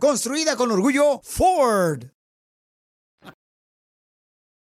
Speaker 2: construida con orgullo Ford.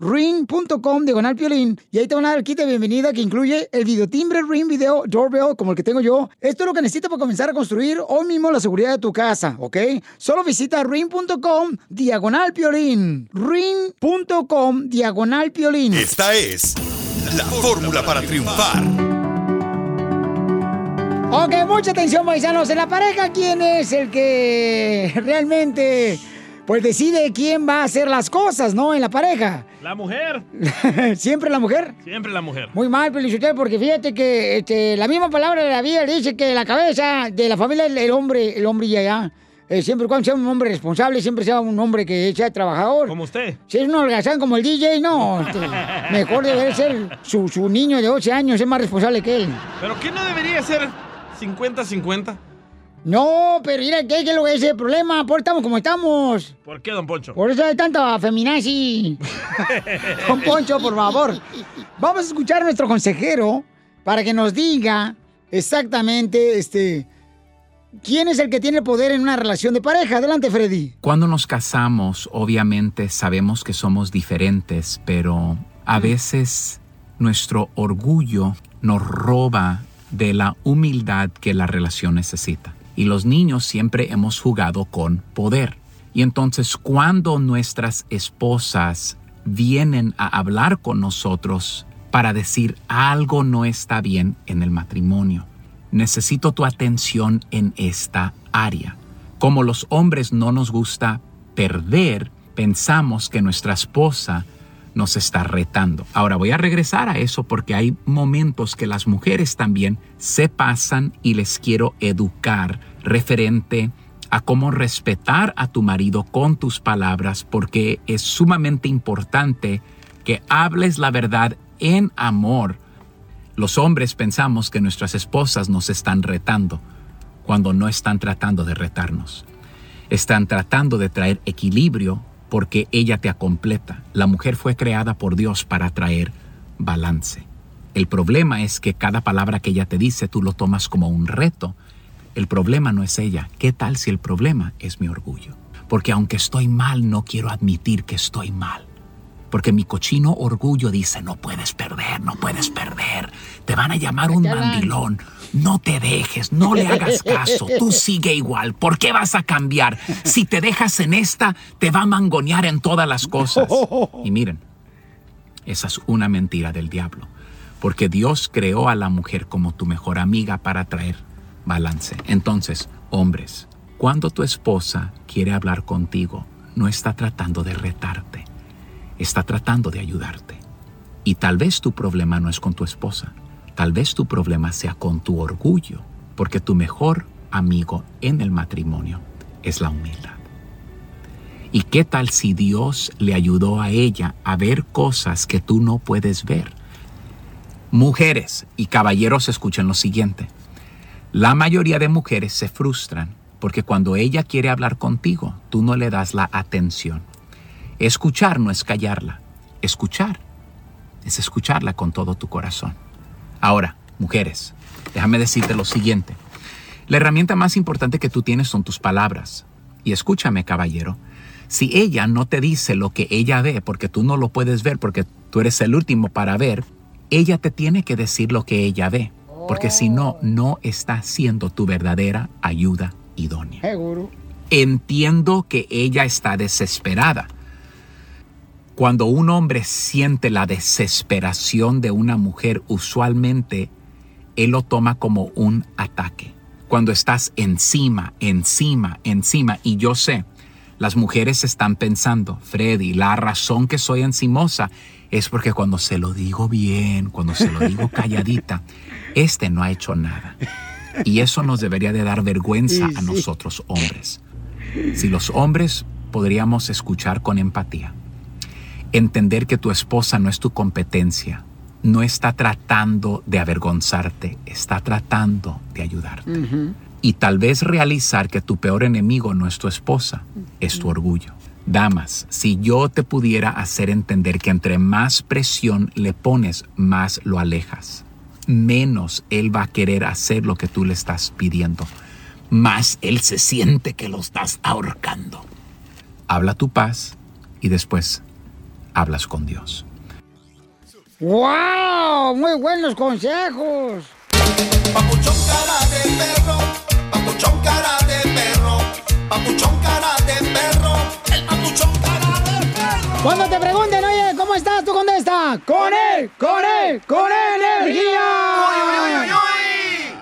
Speaker 2: Ring.com diagonal piolín. Y ahí te van a dar el kit de bienvenida que incluye el videotimbre Ring Video Doorbell, como el que tengo yo. Esto es lo que necesitas para comenzar a construir hoy mismo la seguridad de tu casa, ¿ok? Solo visita ring.com diagonal piolín. Ring.com diagonal piolín.
Speaker 5: Esta es la fórmula para triunfar.
Speaker 2: Ok, mucha atención, paisanos. En la pareja, ¿quién es el que realmente pues decide quién va a hacer las cosas, ¿no? En la pareja.
Speaker 20: La mujer,
Speaker 2: ¿Siempre la mujer?
Speaker 20: siempre la mujer.
Speaker 2: Muy mal, Pelichotel, porque fíjate que este, la misma palabra de la Biblia dice que la cabeza de la familia es el hombre, el hombre y allá. Eh, siempre y cuando sea un hombre responsable, siempre sea un hombre que sea trabajador. Como usted. Si es un holgazán como el DJ, no. este, mejor debe ser su, su niño de 12 años, es más responsable que él.
Speaker 20: ¿Pero qué no debería ser 50-50?
Speaker 2: No, pero mira, ¿qué, qué es lo que es el problema? Por eso estamos como estamos.
Speaker 20: ¿Por qué, don Poncho?
Speaker 2: Por eso hay tanta feminazi. Don Poncho, por favor. Vamos a escuchar a nuestro consejero para que nos diga exactamente este quién es el que tiene el poder en una relación de pareja. Adelante, Freddy.
Speaker 22: Cuando nos casamos, obviamente sabemos que somos diferentes, pero a veces nuestro orgullo nos roba de la humildad que la relación necesita. Y los niños siempre hemos jugado con poder. Y entonces cuando nuestras esposas vienen a hablar con nosotros para decir algo no está bien en el matrimonio, necesito tu atención en esta área. Como los hombres no nos gusta perder, pensamos que nuestra esposa nos está retando. Ahora voy a regresar a eso porque hay momentos que las mujeres también se pasan y les quiero educar referente a cómo respetar a tu marido con tus palabras porque es sumamente importante que hables la verdad en amor. Los hombres pensamos que nuestras esposas nos están retando cuando no están tratando de retarnos. Están tratando de traer equilibrio porque ella te completa. La mujer fue creada por Dios para traer balance. El problema es que cada palabra que ella te dice tú lo tomas como un reto. El problema no es ella. ¿Qué tal si el problema es mi orgullo? Porque aunque estoy mal, no quiero admitir que estoy mal. Porque mi cochino orgullo dice, no puedes perder, no puedes perder. Te van a llamar un
Speaker 23: Te van.
Speaker 22: mandilón. No te dejes, no le hagas caso. Tú sigue igual. ¿Por qué vas a cambiar? Si te dejas en esta, te va a mangonear en todas las cosas. Y miren, esa es una mentira del diablo. Porque Dios creó a la mujer como tu mejor amiga para traer balance. Entonces, hombres, cuando tu esposa quiere hablar contigo, no está tratando de retarte, está tratando de ayudarte. Y tal vez tu problema no es con tu esposa, tal vez tu problema sea con tu orgullo, porque tu mejor amigo en el matrimonio es la humildad. ¿Y qué tal si Dios le ayudó a ella a ver cosas que tú no puedes ver? Mujeres y caballeros escuchen lo siguiente. La mayoría de mujeres se frustran porque cuando ella quiere hablar contigo, tú no le das la atención. Escuchar no es callarla. Escuchar es escucharla con todo tu corazón. Ahora, mujeres, déjame decirte lo siguiente. La herramienta más importante que tú tienes son tus palabras. Y escúchame, caballero, si ella no te dice lo que ella ve, porque tú no lo puedes ver, porque tú eres el último para ver, ella te tiene que decir lo que ella ve, porque si no, no está siendo tu verdadera ayuda idónea.
Speaker 2: Seguro.
Speaker 22: Entiendo que ella está desesperada. Cuando un hombre siente la desesperación de una mujer, usualmente él lo toma como un ataque. Cuando estás encima, encima, encima, y yo sé, las mujeres están pensando, Freddy, la razón que soy encimosa es porque cuando se lo digo bien, cuando se lo digo calladita, este no ha hecho nada. Y eso nos debería de dar vergüenza
Speaker 9: Y
Speaker 22: a
Speaker 9: sí.
Speaker 22: nosotros hombres. Si los hombres podríamos escuchar con empatía, entender que tu esposa no es tu competencia, no está tratando de avergonzarte, está tratando de ayudarte y tal vez realizar que tu peor enemigo no es tu esposa, es tu orgullo. Damas, si yo te pudiera hacer entender que entre más presión le pones, más lo alejas, menos él va a querer hacer lo que tú le estás pidiendo, más él se siente que lo estás ahorcando. Habla tu paz y después hablas con Dios.
Speaker 2: ¡Wow! Muy buenos consejos.
Speaker 1: Papuchón cara de perro, papuchón cara de perro, el papuchón cara de perro.
Speaker 2: Cuando te pregunten, oye, ¿cómo estás? ¿Tú contesta? ¡Con él! ¡Con él! ¡Con energía!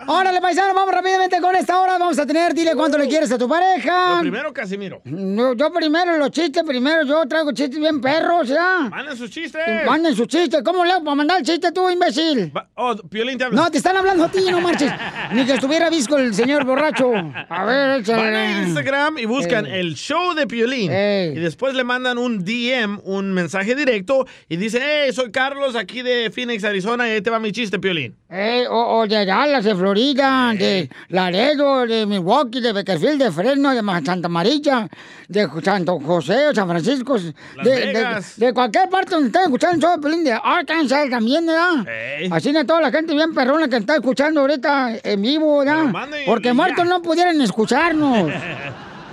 Speaker 2: Órale, paisano, vamos rápidamente con esta hora. Vamos a tener, dile cuánto le quieres a tu pareja.
Speaker 20: Lo primero, Casimiro.
Speaker 2: No, yo primero, los chistes primero. Yo traigo chistes bien perros, ¿ya?
Speaker 20: Manden sus chistes.
Speaker 2: Manden sus chistes. ¿Cómo leo para mandar el chiste tú, imbécil?
Speaker 20: Oh, Piolín te habla.
Speaker 2: No, te están hablando a ti, no marches. Ni que estuviera visco el señor borracho. A ver,
Speaker 20: Van a
Speaker 2: échale.
Speaker 20: Instagram y buscan
Speaker 2: Ey.
Speaker 20: el show de Piolín. Y después le mandan un DM, un mensaje directo, y dice, hey, soy Carlos, aquí de Phoenix, Arizona, y ahí te va mi chiste, Piolín.
Speaker 2: Eh, o, o de Dallas, de Florida,
Speaker 1: Eh.
Speaker 2: de Laredo, de Milwaukee, de Beckerfield, de Fresno, de Ma- Santa María, de Ju- Santo José, San Francisco, de, de-
Speaker 1: Vegas.
Speaker 2: de cualquier parte donde estén escuchando el show de Pelín, de Arkansas también, ¿verdad?
Speaker 1: Ey.
Speaker 2: Así de toda la gente bien perrona que está escuchando ahorita en vivo, ¿verdad? Porque muertos no pudieran escucharnos.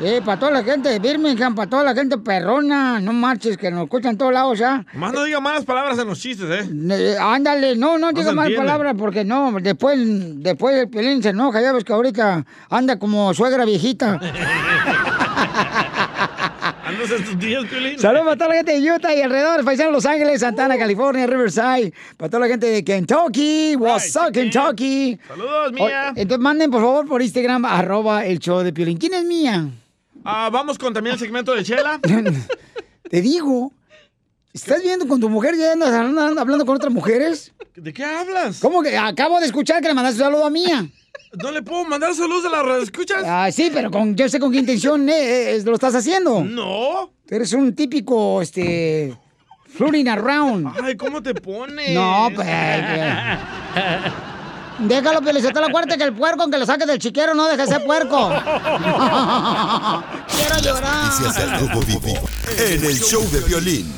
Speaker 2: Eh, para toda la gente de Birmingham, para toda la gente perrona, no marches, que nos escuchan en todos lados, ¿ah?
Speaker 20: Más no diga malas palabras en los chistes, ¿eh?
Speaker 2: Eh, Ándale, no, no,
Speaker 20: No
Speaker 2: diga
Speaker 20: se
Speaker 2: mal
Speaker 20: entiende.
Speaker 2: palabra porque no, después, después el pelín se enoja, ya ves que ahorita anda como suegra viejita.
Speaker 20: Andas en tus días, Piolín.
Speaker 2: Saludos para toda la gente de Utah y alrededor, paisano Los Ángeles,
Speaker 20: Uh.
Speaker 2: Santana, California, Riverside, para toda la gente de Kentucky, what's up, Kentucky.
Speaker 20: Saludos,
Speaker 2: O-
Speaker 20: mía.
Speaker 2: Entonces manden por favor por Instagram, arroba el show de Piolín. ¿Quién es mía?
Speaker 20: Ah, vamos con también el segmento de Chela.
Speaker 2: Te digo, ¿estás viendo con tu mujer ya andas hablando- hablando con otras mujeres?
Speaker 20: ¿De qué hablas?
Speaker 2: ¿Cómo que acabo de escuchar que le mandaste un saludo a mía?
Speaker 20: No le puedo mandar saludos a la radio, ¿escuchas?
Speaker 2: Ah, sí, pero con, yo sé con qué intención eh, eh, lo estás haciendo.
Speaker 20: No.
Speaker 2: Tú eres un típico, este, floating around.
Speaker 20: Ay, ¿cómo te pones?
Speaker 2: No, pues, eh. Déjalo, Pelizotelo, la cuarta que el puerco, aunque lo saques del chiquero, no deja de ser puerco. Quiero llorar.
Speaker 5: Noticias del Rojo Vivo. En el show de violín.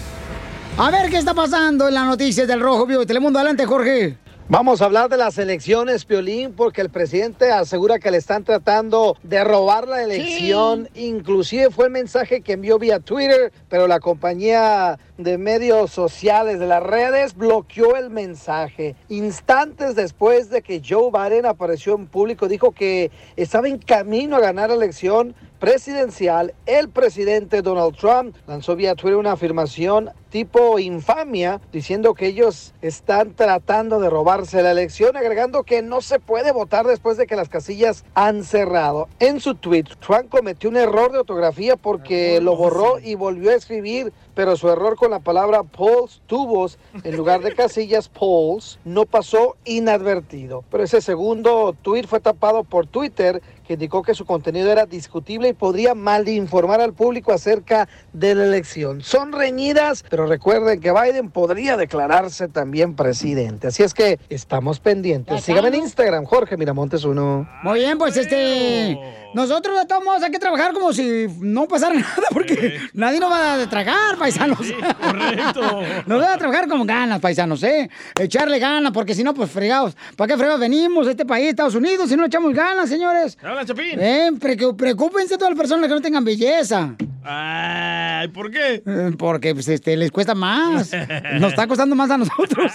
Speaker 2: A ver qué está pasando en las noticias del Rojo Vivo de Telemundo. Adelante, Jorge.
Speaker 6: Vamos a hablar de las elecciones, Piolín, porque el presidente asegura que le están tratando de robar la elección. Inclusive fue el mensaje que envió vía Twitter, pero la compañía de medios sociales de las redes bloqueó el mensaje. Instantes después de que Joe Biden apareció en público, dijo que estaba en camino a ganar la elección presidencial, el presidente Donald Trump lanzó vía Twitter una afirmación tipo infamia diciendo que ellos están tratando de robarse la elección, agregando que no se puede votar después de que las casillas han cerrado. En su tweet, Trump cometió un error de ortografía porque lo borró y volvió a escribir, pero su error con la palabra polls, tubos, en lugar de casillas, polls, no pasó inadvertido. Pero ese segundo tweet fue tapado por Twitter, que indicó que su contenido era discutible y podría mal informar al público acerca de la elección. Son reñidas, pero recuerden que Biden podría declararse también presidente. Así es que estamos pendientes. Sígame en Instagram, Jorge Miramontes uno.
Speaker 2: Muy bien, pues este. Nosotros de todos modos hay que trabajar como si no pasara nada, porque nadie nos va a tragar, paisanos. correcto. nos va a trabajar como ganas, paisanos, ¿eh? Echarle ganas, porque si no, pues fregados. ¿Para qué fregados venimos a este país, Estados Unidos, si no echamos ganas, señores?
Speaker 20: Habla, Chapín.
Speaker 2: Eh, precu- preocúpense todas las personas que no tengan belleza.
Speaker 3: Ah,
Speaker 20: Ay, ¿por qué?
Speaker 2: Eh, Porque pues, este, les cuesta más. Nos está costando más a nosotros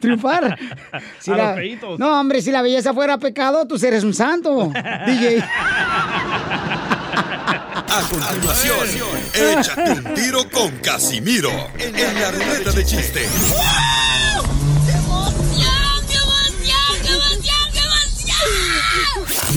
Speaker 2: triunfar.
Speaker 20: A
Speaker 2: la-
Speaker 20: los feitos.
Speaker 2: No, hombre, si la belleza fuera pecado, tú eres un santo, DJ.
Speaker 5: A continuación, échate un tiro con Casimiro en la ruleta de chiste.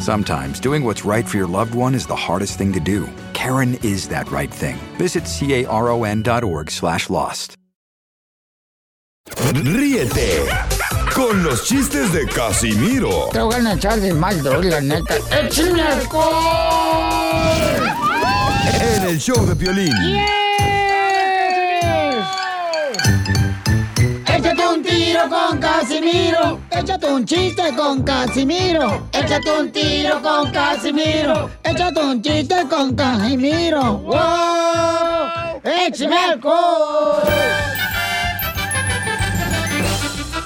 Speaker 12: Sometimes doing what's right for your loved one is the hardest thing to do. Karen is that right thing. Visit caron.org slash lost.
Speaker 5: Ríete con los chistes de Casimiro
Speaker 2: Te voy a echar de mal, bro, la neta. ¡Échame alcohol!
Speaker 5: en el show de violín.
Speaker 2: Échate un tiro con Casimiro. Échate un chiste con Casimiro. Échate un tiro con Casimiro. Échate un chiste con Casimiro. ¡Wow! ¡Échame alcohol!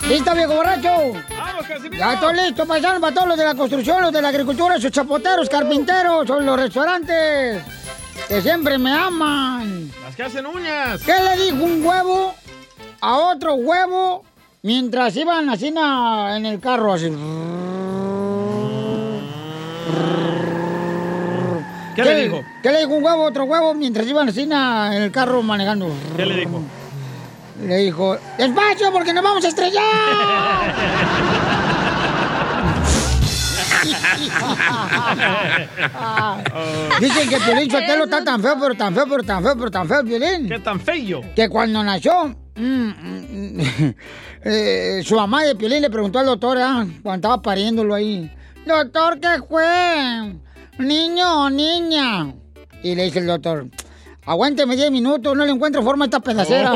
Speaker 2: ¿Listo, viejo borracho? Ya estoy listo, paisano, para todos los de la construcción, los de la agricultura, sus chapoteros, carpinteros, son los restaurantes que siempre me aman.
Speaker 20: Las que hacen uñas.
Speaker 2: ¿Qué le dijo un huevo a otro huevo mientras iban así na- en el carro? Así.
Speaker 20: ¿Qué le dijo?
Speaker 2: ¿Qué le dijo un huevo a otro huevo mientras iban así na- en el carro manejando?
Speaker 20: ¿Qué le dijo?
Speaker 2: Le dijo, despacio porque nos vamos a estrellar. Dicen que Piolín Sotelo está tan feo, pero tan feo, pero tan feo, pero tan feo, Piolín. ¿Qué tan feo? Que cuando nació, mm, mm, mm, eh, su mamá de Piolín le preguntó al doctor, ah, cuando estaba pariéndolo ahí, doctor, ¿qué fue? ¿Niño o niña? Y le dice el doctor, aguánteme 10 minutos, no le encuentro forma a esta pedacera.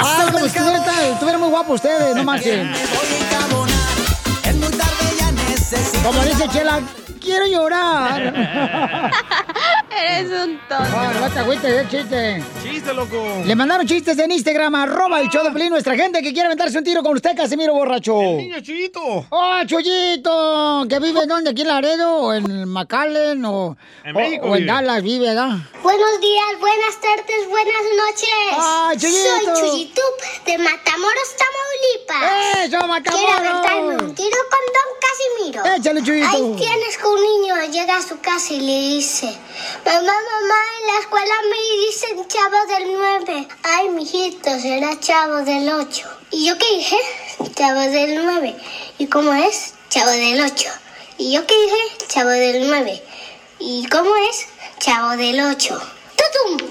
Speaker 2: Ah, como si estuviera, estuviera muy guapo ustedes, no marchen. Como dice Chela, quiero llorar.
Speaker 4: Eres un
Speaker 2: Ah, no te
Speaker 4: tonto.
Speaker 2: agüites, es chiste.
Speaker 20: Chiste, loco.
Speaker 2: Le mandaron chistes en Instagram, arroba el show de Pelín, nuestra gente que quiere aventarse un tiro con usted, Casimiro Borracho. El niño Chuyito. ¡Oh, Chuyito! ¿Que vive dónde? ¿Aquí en Laredo? ¿O en McAllen? ¿O
Speaker 1: En
Speaker 2: o-
Speaker 1: México
Speaker 2: o en
Speaker 1: vive.
Speaker 2: Dallas vive, verdad?
Speaker 23: Buenos días, buenas tardes, buenas noches.
Speaker 2: Ah, Chuyito.
Speaker 23: Soy Chuyito de Matamoros, Tamaulipas.
Speaker 2: ¡Eso, ¡Eh, Matamoros!
Speaker 23: Quiero aventarme un tiro con Don Casimiro.
Speaker 2: Échale, Chuyito.
Speaker 23: Ahí tienes que un niño llega a su casa y le dice, mamá, mamá, en la escuela me dicen chavo del 9. Ay, mijito, será chavo del 8. ¿Y yo qué dije? Chavo del 9. ¿Y cómo es? Chavo del 8. ¿Y yo qué dije? Chavo del 9. ¿Y cómo es? Chavo del 8. ¡Tutum!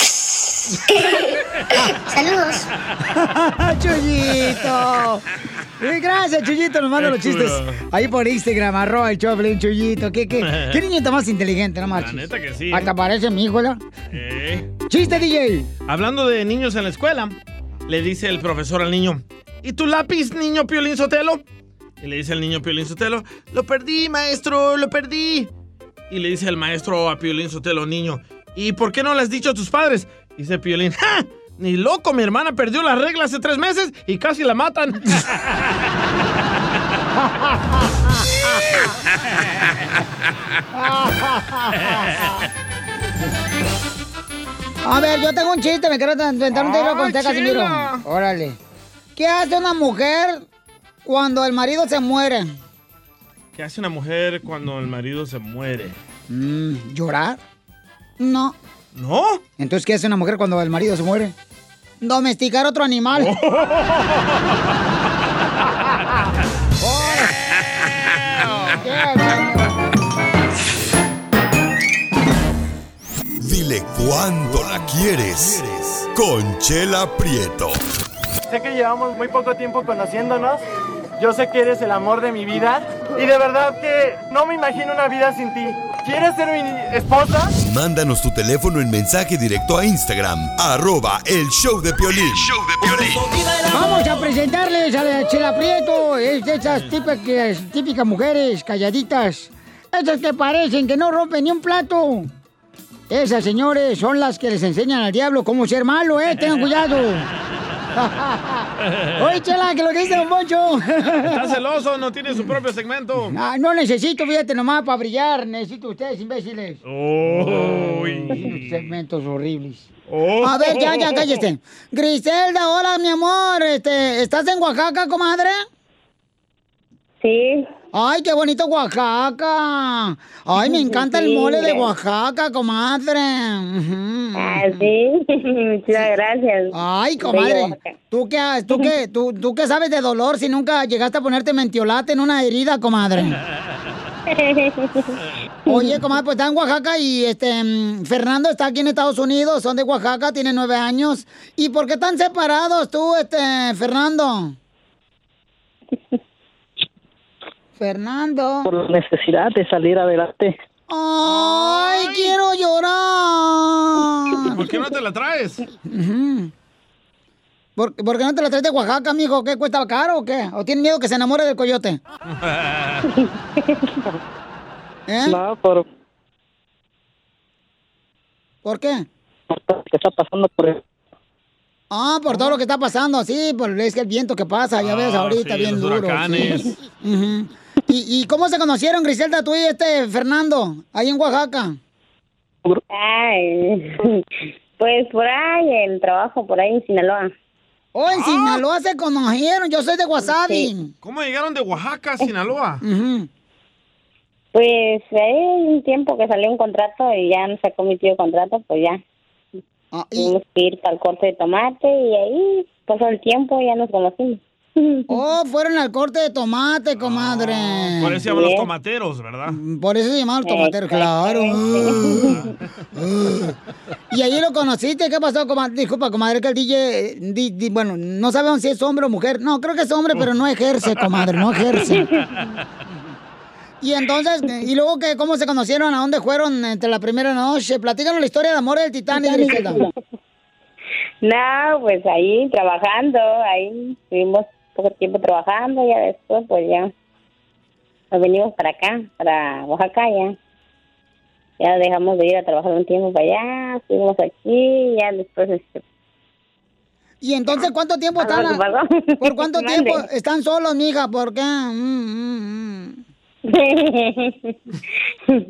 Speaker 23: Saludos.
Speaker 2: ¡Chuyito! Eh, Gracias, Chuyito, nos manda
Speaker 1: Qué
Speaker 2: los chistes.
Speaker 1: chulo.
Speaker 2: Ahí por Instagram, arroba el Choplin, Chuyito. ¿Qué, qué, qué niño está más inteligente, no marches?
Speaker 20: neta que sí,
Speaker 2: Hasta
Speaker 20: ¿eh?
Speaker 2: parece mi hijo, ¿verdad?
Speaker 20: Eh.
Speaker 2: ¡Chiste, DJ!
Speaker 20: Hablando de niños en la escuela, le dice el profesor al niño, ¿y tu lápiz, niño Piolín Sotelo?
Speaker 3: Y le dice al niño Piolín Sotelo, lo perdí, maestro, lo perdí. Y le dice al maestro a Piolín Sotelo, niño, ¿y por qué no le has dicho a tus padres? Dice Piolín, ¡ja! Ni loco, mi hermana perdió la regla hace tres meses y casi la matan.
Speaker 2: A ver, yo tengo un chiste, me quiero inventar un tiro con
Speaker 24: Ay,
Speaker 2: usted, Casimiro.
Speaker 24: chela.
Speaker 2: Órale. ¿Qué hace una mujer cuando el marido se muere?
Speaker 3: ¿Qué hace una mujer cuando el marido se muere?
Speaker 2: Mm, ¿Llorar? No.
Speaker 3: ¿No?
Speaker 2: Entonces, ¿qué hace una mujer cuando el marido se muere? Domesticar otro animal.
Speaker 5: Dile cuándo la quieres. Conchela Prieto.
Speaker 25: Sé que llevamos muy poco tiempo conociéndonos. Yo sé que eres el amor de mi vida. Y de verdad que no me imagino una vida sin ti. ¿Quieres ser mi esposa?
Speaker 5: Mándanos tu teléfono en mensaje directo a Instagram, arroba el show de Piolín.
Speaker 2: Vamos a presentarles a la Chela Prieto, es de esas típicas, típicas mujeres calladitas, esas que parecen que no rompen ni un plato. Esas, señores, son las que les enseñan al diablo cómo ser malo, ¿eh? Tengan cuidado. Oye, Chela, que lo que dice Don Poncho.
Speaker 3: Está celoso, no tiene su propio segmento.
Speaker 2: Ah, no necesito, fíjate nomás para brillar, necesito ustedes, imbéciles. Segmentos horribles. A ver, ya, ya, cállese. Griselda, hola, mi amor. Este, ¿Estás en Oaxaca, comadre? Sí. Ay, qué bonito Oaxaca. Ay, me encanta el
Speaker 26: Sí,
Speaker 2: mole de
Speaker 26: gracias.
Speaker 2: Oaxaca, comadre. Ah,
Speaker 26: sí. Muchas gracias.
Speaker 2: Ay,
Speaker 26: Bello
Speaker 2: comadre.
Speaker 26: Oaxaca.
Speaker 2: ¿Tú qué, has- tú, qué, tú, tú qué sabes de dolor si nunca llegaste a ponerte mentiolate en una herida, comadre? Oye, comadre, pues está en Oaxaca y este mm, Fernando está aquí en Estados Unidos, son de Oaxaca, tiene nueve años. ¿Y por qué están separados tú, este Fernando? Fernando.
Speaker 11: por la necesidad de salir adelante.
Speaker 2: Ay, quiero llorar.
Speaker 3: ¿Por qué no te la traes?
Speaker 2: Ujú. ¿Por, por qué no te la traes de Oaxaca, mijo? ¿Qué cuesta caro o qué? ¿O tienen miedo que se enamore del coyote? ¿Eh?
Speaker 11: No, por
Speaker 2: ¿Por qué?
Speaker 11: lo que está pasando por el-
Speaker 2: Ah, por todo lo que está pasando, sí, por es que el viento que pasa, ya ves,
Speaker 11: Ah,
Speaker 2: ahorita
Speaker 11: sí,
Speaker 2: bien
Speaker 11: los
Speaker 2: duro.
Speaker 11: huracanes.
Speaker 2: sí. Ujú. ¿Y, y cómo se conocieron, Griselda, tú y este Fernando, ahí en Oaxaca?
Speaker 11: Ay,
Speaker 26: pues por ahí el trabajo, por ahí en Sinaloa.
Speaker 2: Oh,
Speaker 3: ah.
Speaker 2: en Sinaloa se conocieron, Ah, yo soy de Wasabi.
Speaker 3: ¿Cómo llegaron de Oaxaca
Speaker 2: Oh,
Speaker 3: a Sinaloa?
Speaker 26: Pues hay un tiempo que salió un contrato y ya no sacó mi tío el contrato, pues ya.
Speaker 2: Ah,
Speaker 26: Tuvimos que ir al corte de tomate y ahí pasó el tiempo y ya nos conocimos.
Speaker 2: Oh, fueron al corte de tomate, comadre.
Speaker 3: Ah, Por eso se llaman los tomateros, ¿verdad?
Speaker 2: Mm, Por eso se llamaban los tomateros, claro. Ah, ah. y ahí lo conociste, ¿qué pasó, comadre? Disculpa, comadre, que el DJ, eh, di- di- bueno, no sabemos si es hombre o mujer. No, creo que es
Speaker 3: Mm.
Speaker 2: hombre, pero no ejerce, comadre, no ejerce. Y entonces, ¿y luego qué? ¿Cómo se conocieron? ¿A dónde fueron entre la primera noche? Platícanos la historia de amor del Titanic, Griselda.
Speaker 26: No, pues ahí trabajando, ahí estuvimos poco tiempo trabajando y ya después pues ya nos venimos para acá, para Oaxaca ya. Ya dejamos de ir a trabajar un tiempo para allá, estuvimos aquí, ya después este,
Speaker 2: Y entonces, ¿cuánto tiempo están?
Speaker 26: Perdón, perdón.
Speaker 2: ¿Por cuánto
Speaker 26: Mande.
Speaker 2: tiempo están solos, mija? ¿Por qué? Mm, mm, mm.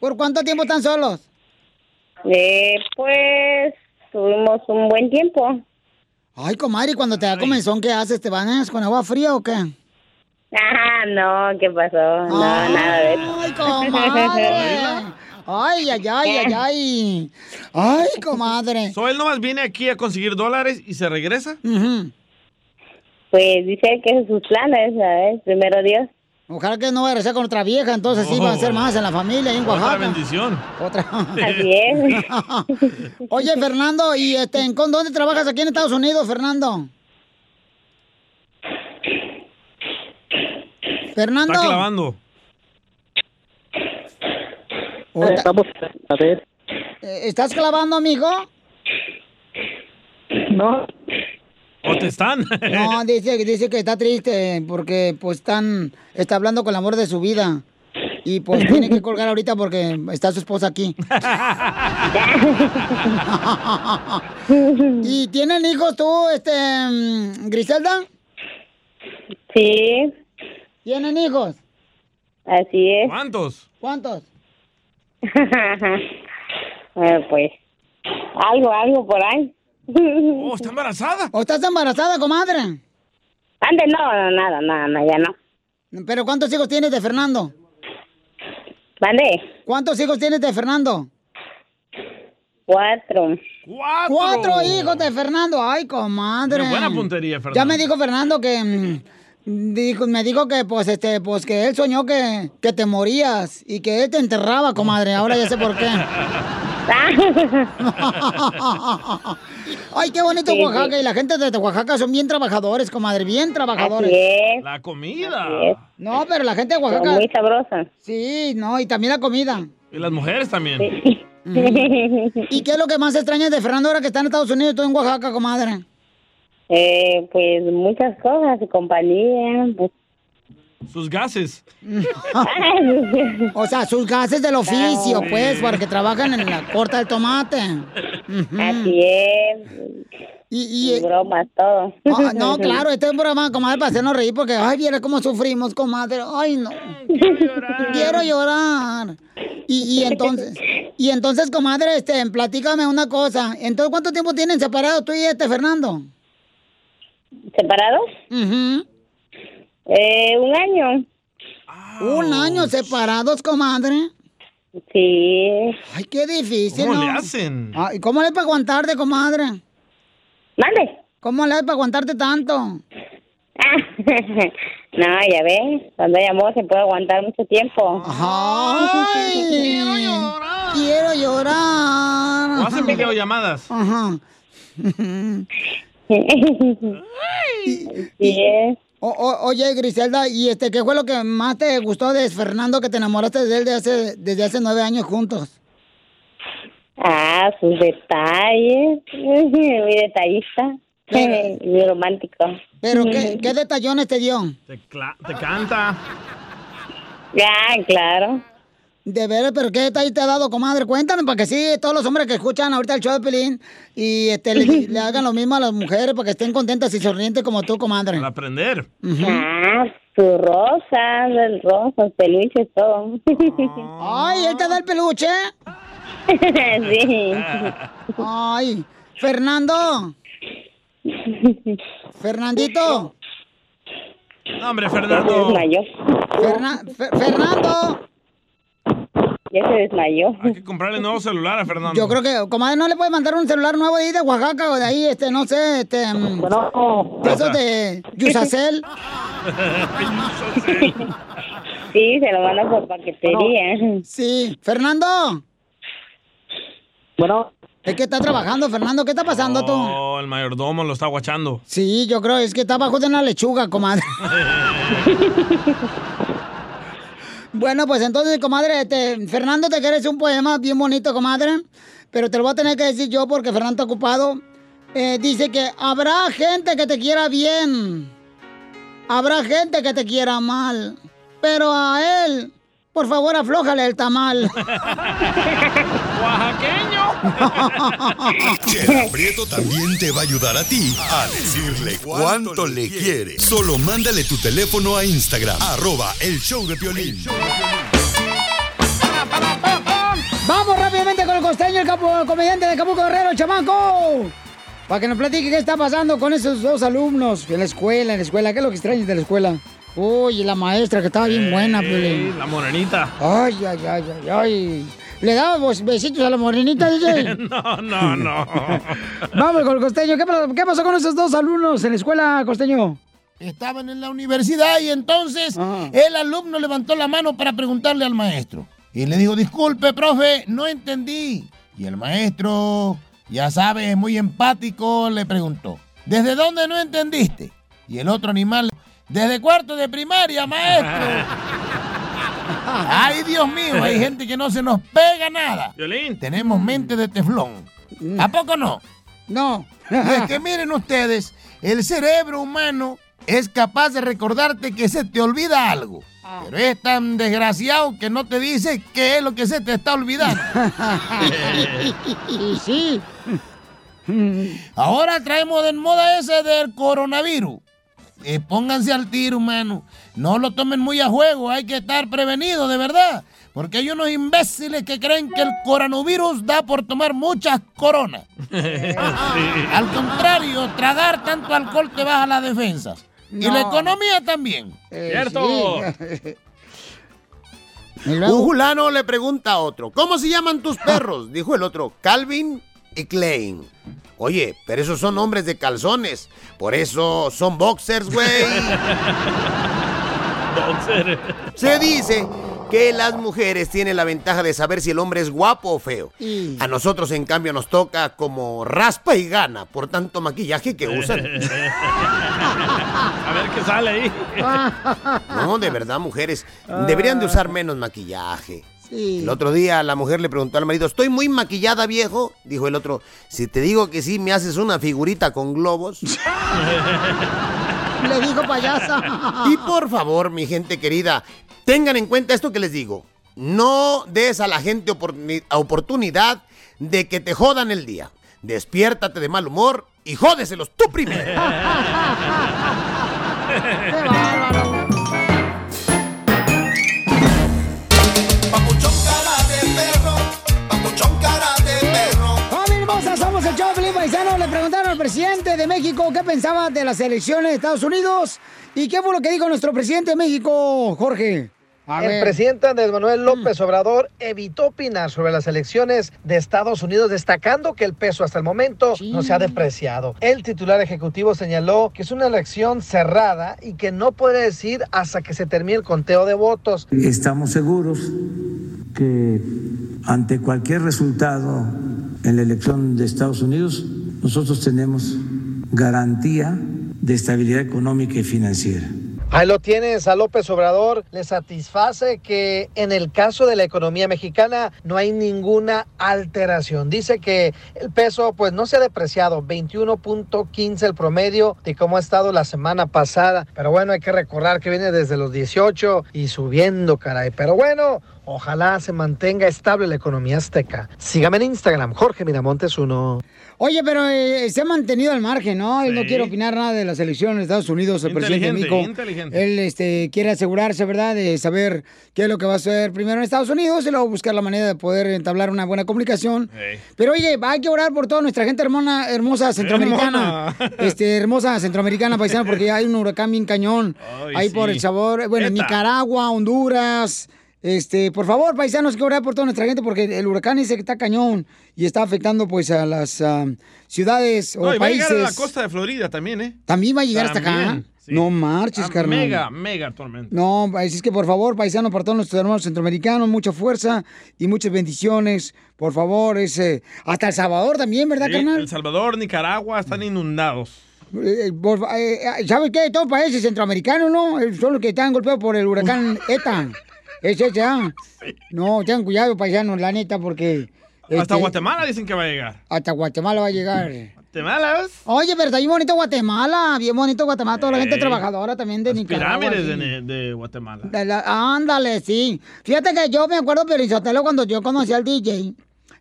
Speaker 2: ¿Por cuánto tiempo están solos?
Speaker 26: eh, pues tuvimos un buen tiempo.
Speaker 2: Ay, comadre, ¿y cuando te da comenzón, ¿qué haces? ¿Te bañas con agua fría o qué?
Speaker 26: Ah, no, ¿qué pasó? No, nada de eso.
Speaker 2: Ay, comadre. Ay, ay, ay, ay, ay. Ay, comadre.
Speaker 3: So, él nomás viene aquí a conseguir dólares y se regresa.
Speaker 26: Pues dice que sus planes, ¿sabes? Primero Dios.
Speaker 2: Ojalá que no vaya a regresar con otra vieja, entonces sí va a ser más en la familia ahí en
Speaker 3: Oh. Otra
Speaker 2: Oaxaca.
Speaker 3: bendición.
Speaker 2: Otra.
Speaker 3: Así
Speaker 2: Oye, Fernando, ¿y este, en con- dónde trabajas aquí en Estados Unidos, Fernando? Fernando.
Speaker 11: Está
Speaker 3: clavando.
Speaker 11: Estamos a ver.
Speaker 2: Eh, ¿Estás clavando, amigo?
Speaker 11: No,
Speaker 20: ¿O te están?
Speaker 2: No, dice, dice que está triste porque pues están, está hablando con el amor de su vida. Y pues tiene que colgar ahorita porque está su esposa aquí. ¿Y tienen hijos tú, este, mm, Griselda?
Speaker 18: Sí.
Speaker 2: ¿Tienen hijos?
Speaker 18: Así es.
Speaker 20: ¿Cuántos?
Speaker 2: ¿Cuántos?
Speaker 18: Eh, pues, algo, algo por ahí.
Speaker 20: ¿O Oh, está embarazada?
Speaker 2: ¿O estás embarazada, comadre?
Speaker 18: Antes no, no, nada, nada, no, ya no.
Speaker 2: ¿Pero cuántos hijos tienes de Fernando?
Speaker 18: ¿Vale?
Speaker 2: ¿Cuántos hijos tienes de Fernando?
Speaker 18: Cuatro.
Speaker 20: ¡Cuatro!
Speaker 2: Cuatro hijos de Fernando. Ay, comadre.
Speaker 20: Pero buena puntería, Fernando.
Speaker 2: Ya me dijo Fernando que mm, dijo- me dijo que pues este pues que él soñó que, que te morías y que él te enterraba, comadre. Ahora ya sé por qué. Ay, qué bonito
Speaker 20: Sí, sí.
Speaker 2: Oaxaca y la gente de Oaxaca son bien trabajadores, comadre, bien trabajadores.
Speaker 20: La comida.
Speaker 2: No, pero la gente de Oaxaca
Speaker 20: muy
Speaker 18: sabrosa.
Speaker 2: Sí, no, y también la comida.
Speaker 20: Y las mujeres también.
Speaker 2: Ujú. ¿Y qué es lo que más extrañas de Fernando ahora que está en Estados Unidos y tú en Oaxaca, comadre?
Speaker 18: Eh, pues muchas cosas, su compañía. Pues,
Speaker 20: Sus gases.
Speaker 2: Mm. o sea, sus gases del oficio,
Speaker 20: Claro.
Speaker 2: pues, porque trabajan en la corta del tomate.
Speaker 18: Así es.
Speaker 2: Y, y-
Speaker 18: bromas, todo.
Speaker 2: Ah, no, claro, este es un programa, comadre, para hacernos reír, porque, ay, viera cómo sufrimos, comadre. Ay, no. Quiero llorar. Y, y entonces, y entonces, comadre, este, platícame una cosa. Entonces, ¿cuánto tiempo tienen separado tú y este Fernando?
Speaker 18: ¿Separados? eh, un año.
Speaker 2: Ah. Un año separados, comadre.
Speaker 18: Sí.
Speaker 2: Ay, qué difícil.
Speaker 20: ¿Cómo
Speaker 2: ¿no?
Speaker 20: le hacen?
Speaker 2: Ay, ¿Cómo le es para aguantarte, comadre?
Speaker 18: ¿Mande?
Speaker 2: ¿Cómo le es para aguantarte tanto?
Speaker 18: no, ya ves, cuando hay amor se puede aguantar mucho tiempo.
Speaker 2: Ay, quiero llorar.
Speaker 20: ¿O hacen videollamadas?
Speaker 2: Ajá.
Speaker 18: Y-
Speaker 2: O- o- oye, Griselda, ¿y este qué fue lo que más te gustó de Fernando que te enamoraste de él de hace, desde hace nueve años juntos?
Speaker 18: Ah, sus detalles. Muy detallista. Muy romántico.
Speaker 2: ¿Pero qué, qué detallones te dio?
Speaker 20: Te, cla- te canta.
Speaker 18: Ya, claro.
Speaker 2: De ver, pero qué detalle te ha dado, comadre. Cuéntame para que sí, todos los hombres que escuchan ahorita el show de Pelín y este, le, le hagan lo mismo a las mujeres para que estén contentas y sonrientes como tú, comadre.
Speaker 20: Para aprender.
Speaker 18: Ah, sus rosas, el rosas, peluches, todo.
Speaker 2: Ah. Ay, él te da el peluche.
Speaker 18: sí.
Speaker 2: Ay, Fernando. Fernandito.
Speaker 20: No, hombre, Fernando.
Speaker 2: Ferna- Fe- Fernando.
Speaker 18: Ya se desmayó.
Speaker 20: Hay que comprarle nuevo celular a Fernando.
Speaker 2: Yo creo que, comadre, no le puede mandar un celular nuevo de ahí de Oaxaca o de ahí, este, no sé, este. mm, De esos de Yusacel.
Speaker 18: Sí, se lo mandan por paquetería.
Speaker 2: Sí. Fernando.
Speaker 18: Bueno.
Speaker 2: Es que está trabajando, Fernando. ¿Qué está pasando tú?
Speaker 20: Oh, el mayordomo lo está guachando.
Speaker 2: Sí, yo creo, es que está bajo de una lechuga, comadre. bueno, pues entonces, comadre, este, Fernando te quieres un poema bien bonito, comadre, pero te lo voy a tener que decir yo porque Fernando está ocupado. Eh, dice que habrá gente que te quiera bien, habrá gente que te quiera mal, pero a él, por favor, aflójale el tamal.
Speaker 5: Chela Prieto también te va a ayudar a ti a decirle cuánto le quiere. Solo mándale tu teléfono a Instagram, arroba el show de Piolín.
Speaker 2: Vamos rápidamente con el costeño, el, capo- el comediante de Capuco Guerrero, chamaco. Para que nos platique qué está pasando con esos dos alumnos en la escuela, en la escuela. ¿Qué es lo que extrañas de la escuela? Uy, y la maestra que estaba bien buena, pues,
Speaker 20: Ey,
Speaker 2: Piolín.
Speaker 20: Eh, la morenita.
Speaker 2: Ay, ay, ay, ay, ay. ¿Le dabas besitos a la morenita, DJ?
Speaker 20: No, no, no.
Speaker 2: Vamos con el costeño. ¿Qué, pa- qué pasó con esos dos alumnos en la escuela, costeño?
Speaker 8: Estaban en la universidad y entonces el alumno levantó la mano para preguntarle al maestro. Y le dijo, disculpe, profe, no entendí. Y el maestro, ya sabes, muy empático, le preguntó, ¿desde dónde no entendiste? Y el otro animal, desde cuarto de primaria, maestro. Ay, Dios mío, hay gente que no se nos pega nada. Tenemos mente de teflón. ¿A poco no?
Speaker 2: No.
Speaker 8: Y es que miren ustedes, el cerebro humano es capaz de recordarte que se te olvida algo. Pero es tan desgraciado que no te dice qué es lo que se te está olvidando.
Speaker 2: y sí.
Speaker 8: Ahora traemos de moda ese del coronavirus. Eh, pónganse al tiro, mano. No lo tomen muy a juego, hay que estar prevenidos, de verdad. Porque hay unos imbéciles que creen que el coronavirus da por tomar muchas coronas. Al contrario, tragar tanto alcohol te baja las defensas. Y
Speaker 2: No.
Speaker 8: la economía también.
Speaker 2: Eh, Cierto.
Speaker 8: Un fulano le pregunta a otro, ¿cómo se llaman tus perros? Dijo el otro, Calvin y Klein. Oye, pero esos son hombres de calzones. Por eso son boxers, güey. Se dice que las mujeres tienen la ventaja de saber si el hombre es guapo o feo. A nosotros, en cambio, nos toca como raspa y gana por tanto maquillaje que usan.
Speaker 20: A ver qué sale ahí.
Speaker 8: No, de verdad, mujeres, deberían de usar menos maquillaje.
Speaker 2: Sí.
Speaker 8: El otro día la mujer le preguntó al marido, ¿estoy muy maquillada, viejo? Dijo el otro, si te digo que sí, me haces una figurita con globos.
Speaker 2: Le dijo payasa.
Speaker 8: Y por favor, mi gente querida, tengan en cuenta esto que les digo. No des a la gente oportuni- oportunidad de que te jodan el día. Despiértate de mal humor y jódeselos tú primero.
Speaker 2: ¡Familia hermosa! Somos el show de Felipe Paisano. Le preguntaron al presidente de México qué pensaba de las elecciones de Estados Unidos. ¿Y qué fue lo que dijo nuestro presidente de México, Jorge? A
Speaker 6: el
Speaker 2: ver.
Speaker 6: presidente Andrés
Speaker 2: Mm.
Speaker 6: Manuel López Obrador evitó opinar sobre las elecciones de Estados Unidos, destacando que el peso hasta el momento no se ha depreciado. El titular ejecutivo señaló que es una elección cerrada y que no puede decir hasta que se termine el conteo de votos.
Speaker 27: Estamos seguros que ante cualquier resultado en la elección de Estados Unidos, nosotros tenemos garantía de estabilidad económica y financiera.
Speaker 6: Ahí lo tienes a López Obrador. Le satisface que en el caso de la economía mexicana no hay ninguna alteración. Dice que el peso pues no se ha depreciado, 21.15 el promedio de cómo ha estado la semana pasada. Pero bueno, hay que recordar que viene desde los 18 y subiendo, caray. Pero bueno, ojalá se mantenga estable la economía azteca. Sígame en Instagram, Jorge Miramontes 1.
Speaker 2: Oye, pero eh, se ha mantenido al margen, ¿no? Él no
Speaker 6: Sí.
Speaker 2: quiere opinar nada de las elecciones de Estados Unidos, el presidente de
Speaker 20: Inteligente,
Speaker 2: México.
Speaker 20: inteligente.
Speaker 2: Él este, quiere asegurarse, ¿verdad?, de saber qué es lo que va a hacer primero en Estados Unidos y luego buscar la manera de poder entablar una buena comunicación. Pero oye, hay que orar por toda nuestra gente hermana, hermosa centroamericana. Este, hermosa centroamericana paisana, porque hay un huracán bien cañón.
Speaker 1: Ay,
Speaker 2: ahí por
Speaker 1: sí.
Speaker 2: el sabor. Bueno, en
Speaker 1: Neta.
Speaker 2: Nicaragua, Honduras. Este, por favor, paisanos, hay que orar por toda nuestra gente, porque el huracán dice que está cañón y está afectando pues a las ah, ciudades o
Speaker 20: No, y va a
Speaker 2: Oh, países.
Speaker 20: llegar a la costa de Florida también, ¿eh?
Speaker 2: También va a llegar hasta acá.
Speaker 20: También,
Speaker 2: No marches,
Speaker 20: Ah,
Speaker 2: carnal.
Speaker 20: Mega, mega tormenta.
Speaker 2: No, así es que por favor, paisano, para todos nuestros hermanos centroamericanos, mucha fuerza y muchas bendiciones. Por favor, ese. Hasta El Salvador también, ¿verdad,
Speaker 20: Sí,
Speaker 2: carnal? Mm.
Speaker 20: El Salvador, Nicaragua están inundados.
Speaker 2: Eh, eh, por fa- eh, eh, ¿Sabes qué? Todos países centroamericanos, ¿no? Eh, Son los que están golpeados por el huracán ETA. Es ese, ¿ah? No, tengan cuidado, paisanos, la neta, porque.
Speaker 20: Hasta
Speaker 2: este,
Speaker 20: Guatemala dicen que va a llegar.
Speaker 2: Hasta Guatemala va a llegar.
Speaker 20: Guatemala,
Speaker 2: Oye, pero está bien bonito Guatemala, bien bonito Guatemala, toda la gente
Speaker 20: Ey.
Speaker 2: trabajadora también de Nicaragua.
Speaker 20: pirámides
Speaker 2: sí.
Speaker 20: de, Ne- de Guatemala.
Speaker 2: De la- ándale, sí. Fíjate que yo me acuerdo, Pelizotelo, cuando yo conocí al DJ,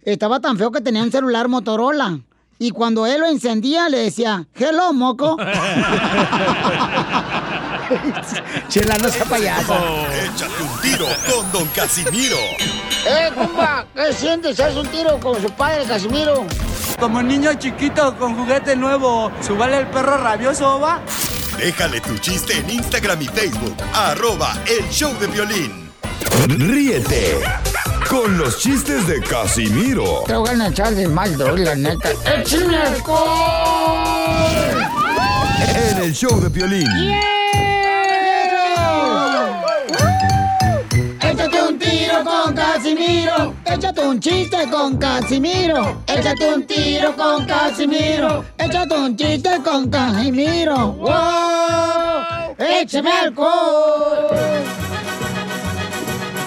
Speaker 2: estaba tan feo que tenía un celular Motorola. Y cuando él lo encendía, le decía, hello, moco. Chela, no sea
Speaker 5: Oh.
Speaker 2: payasa.
Speaker 5: Échate un tiro con Don Casimiro.
Speaker 2: ¡Eh, compa! ¿Qué sientes? ¿Haz un tiro con su padre, Casimiro?
Speaker 14: Como niño chiquito con juguete nuevo, subale el perro rabioso, va.
Speaker 5: Déjale tu chiste en Instagram y Facebook. Arroba el show de violín. Ríete con los chistes de Casimiro
Speaker 2: Te voy a echar de mal, doy, la neta. ¡Échame alcohol!
Speaker 5: en el show de violín.
Speaker 2: Échate un tiro con Casimiro. Échate un chiste con Casimiro. Échate un tiro con Casimiro. Échate un chiste con Casimiro. ¡Wow! ¡Échame alcohol!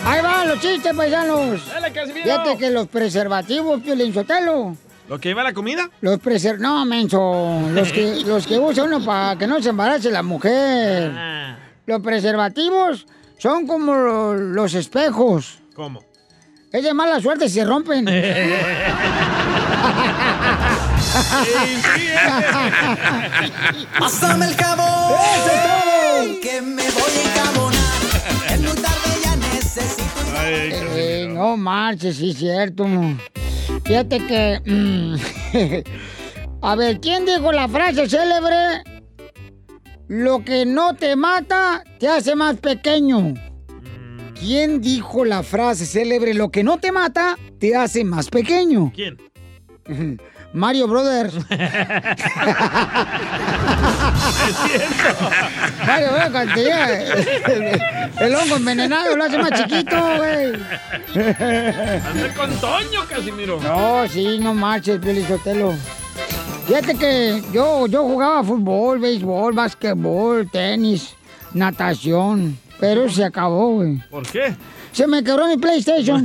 Speaker 2: Ahí van los chistes, paisanos.
Speaker 20: Casimiro.
Speaker 2: Fíjate que los preservativos, Piolín Sotelo,
Speaker 20: ¿Lo que lleva la comida?
Speaker 2: Los preser... No, menso. Los que, los que usa uno para que no se embarace la mujer.
Speaker 20: Ah.
Speaker 2: Los preservativos son como lo- los espejos.
Speaker 20: ¿Cómo?
Speaker 2: Es de mala suerte si se rompen. Eh,
Speaker 1: Pásame el jabón. Que me voy a encabonar. Es muy tarde, ya necesito.
Speaker 2: Eh, no marches, sí, cierto. Fíjate que. mm, a ver, ¿quién dijo la frase célebre? Lo que no te mata te hace más pequeño. ¿Quién dijo la frase célebre? Lo que no te mata te hace más pequeño.
Speaker 20: ¿Quién?
Speaker 2: Mario Brothers. Mario Brothers, cuando te llega el, el hongo envenenado, lo hace más chiquito, güey.
Speaker 20: Andé con Toño, Casimiro.
Speaker 2: No, sí, no marches, Pelizotelo. Fíjate que yo, yo jugaba fútbol, béisbol, básquetbol, tenis, natación. Pero se acabó, güey.
Speaker 20: ¿Por qué?
Speaker 2: Se me quebró mi PlayStation.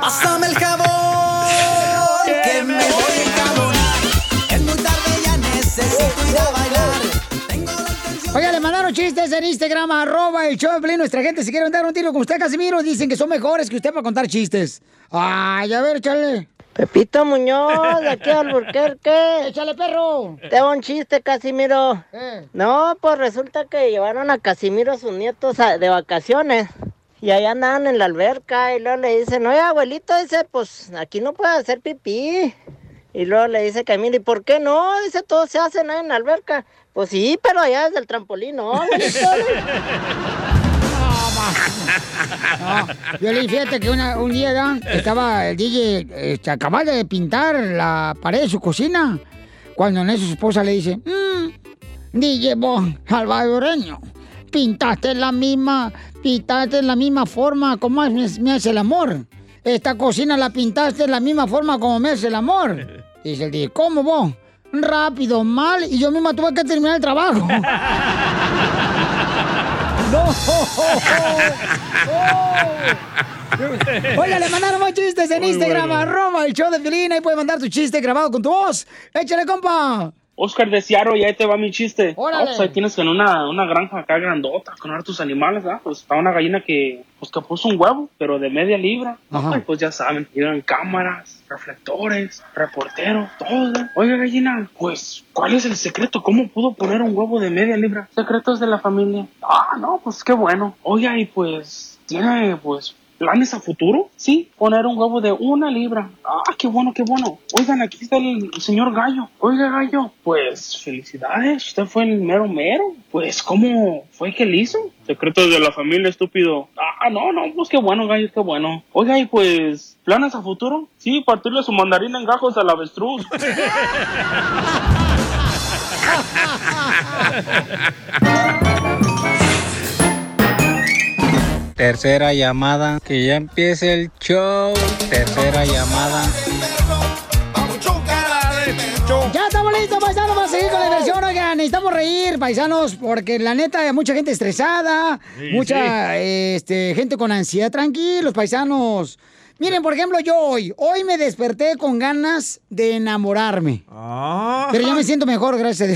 Speaker 1: Pásame el jabón. Que me voy a encabonar. Es muy tarde, ya necesito ir a bailar.
Speaker 2: Oiga, le mandaron chistes en Instagram, arroba el show de Pelín. Nuestra gente, si quiere mandar un tiro con usted, Casimiro, dicen que son mejores que usted para contar chistes. Ay, a ver, échale.
Speaker 3: Pepito Muñoz, de aquí al Burquerque.
Speaker 2: Échale, perro.
Speaker 3: Te hago un chiste, Casimiro.
Speaker 2: Eh.
Speaker 3: No, pues resulta que llevaron a Casimiro sus nietos a- de vacaciones. Y ahí andaban en la alberca y luego le dicen, oye abuelito, dice, pues aquí no puede hacer pipí. Y luego le dice Camilo, ¿y por qué no? Dice, todos se hacen ahí en la alberca. Pues sí, pero allá desde el trampolín, no, abuelito.
Speaker 2: Yo le fíjate que una- un día ¿verdad? estaba el DJ, este, acababa de pintar la pared de su cocina, cuando en eso su esposa le dice, "Mm, DJ vos, salvadoreño, pintaste la misma, pintaste la misma forma como me, me hace el amor. Esta cocina la pintaste de la misma forma como me hace el amor. Dice el DJ, ¿cómo vos? Rápido, mal, y yo misma tuve que terminar el trabajo. ¡No! Oiga, le mandaron más chistes en Instagram, arroba el show de Filina y puede mandar tu chiste grabado con tu voz. Échale, compa.
Speaker 15: Oscar de Ciaro, y ahí te va mi chiste.
Speaker 2: Órale.
Speaker 15: Ah, pues ahí tienes en una, una granja acá grandota con hartos animales, ¿ah? Pues está una gallina que, pues que puso un huevo, pero de media libra.
Speaker 2: Ajá.
Speaker 15: Y pues ya saben, llegan cámaras, reflectores, reporteros, todo. ¿eh? Oiga, gallina, pues, ¿cuál es el secreto? ¿Cómo pudo poner un huevo de media libra? Secretos de la familia. Ah, no, pues qué bueno. Oiga, y pues, tiene, pues, planes a futuro? Sí, poner un huevo de una libra. Ah, qué bueno, qué bueno. Oigan, aquí está el señor Gallo. Oiga, Gallo, pues felicidades, usted fue el mero mero. Pues, ¿cómo fue que le hizo? Secretos de la familia, estúpido. Ah, no, no, pues qué bueno, Gallo, qué bueno. Oiga, y pues, ¿planes a futuro? Sí, partirle su mandarina en gajos al avestruz.
Speaker 16: Tercera llamada, que ya empiece el show. Tercera llamada.
Speaker 2: Ya estamos listos, paisanos, para seguir con la diversión. Oigan, necesitamos reír, paisanos, porque la neta hay mucha gente estresada,
Speaker 1: Sí,
Speaker 2: mucha
Speaker 1: sí.
Speaker 2: este, gente con ansiedad. Tranquilos, paisanos. Miren, por ejemplo, yo hoy, hoy me desperté con ganas de enamorarme.
Speaker 1: Ah.
Speaker 2: Pero ya me siento mejor, gracias a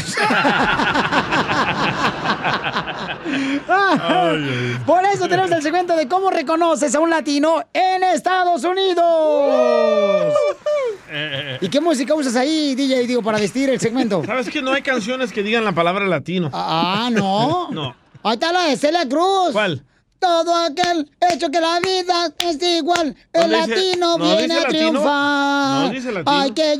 Speaker 2: Dios. Por eso tenemos el segmento de cómo reconoces a un latino en Estados Unidos.
Speaker 1: Uh.
Speaker 2: ¿Y qué música usas ahí, DJ, digo, para vestir el segmento?
Speaker 20: ¿Sabes que no hay canciones que digan la palabra latino?
Speaker 2: Ah, ¿no?
Speaker 20: no.
Speaker 2: Ahí está la de Celia Cruz. ¿Cuál? Todo aquel hecho que la vida es igual.
Speaker 1: No
Speaker 2: El
Speaker 1: dice-
Speaker 2: latino
Speaker 1: no
Speaker 2: viene
Speaker 1: dice
Speaker 2: a
Speaker 1: latino.
Speaker 2: triunfar.
Speaker 1: No dice latino.
Speaker 2: Hay que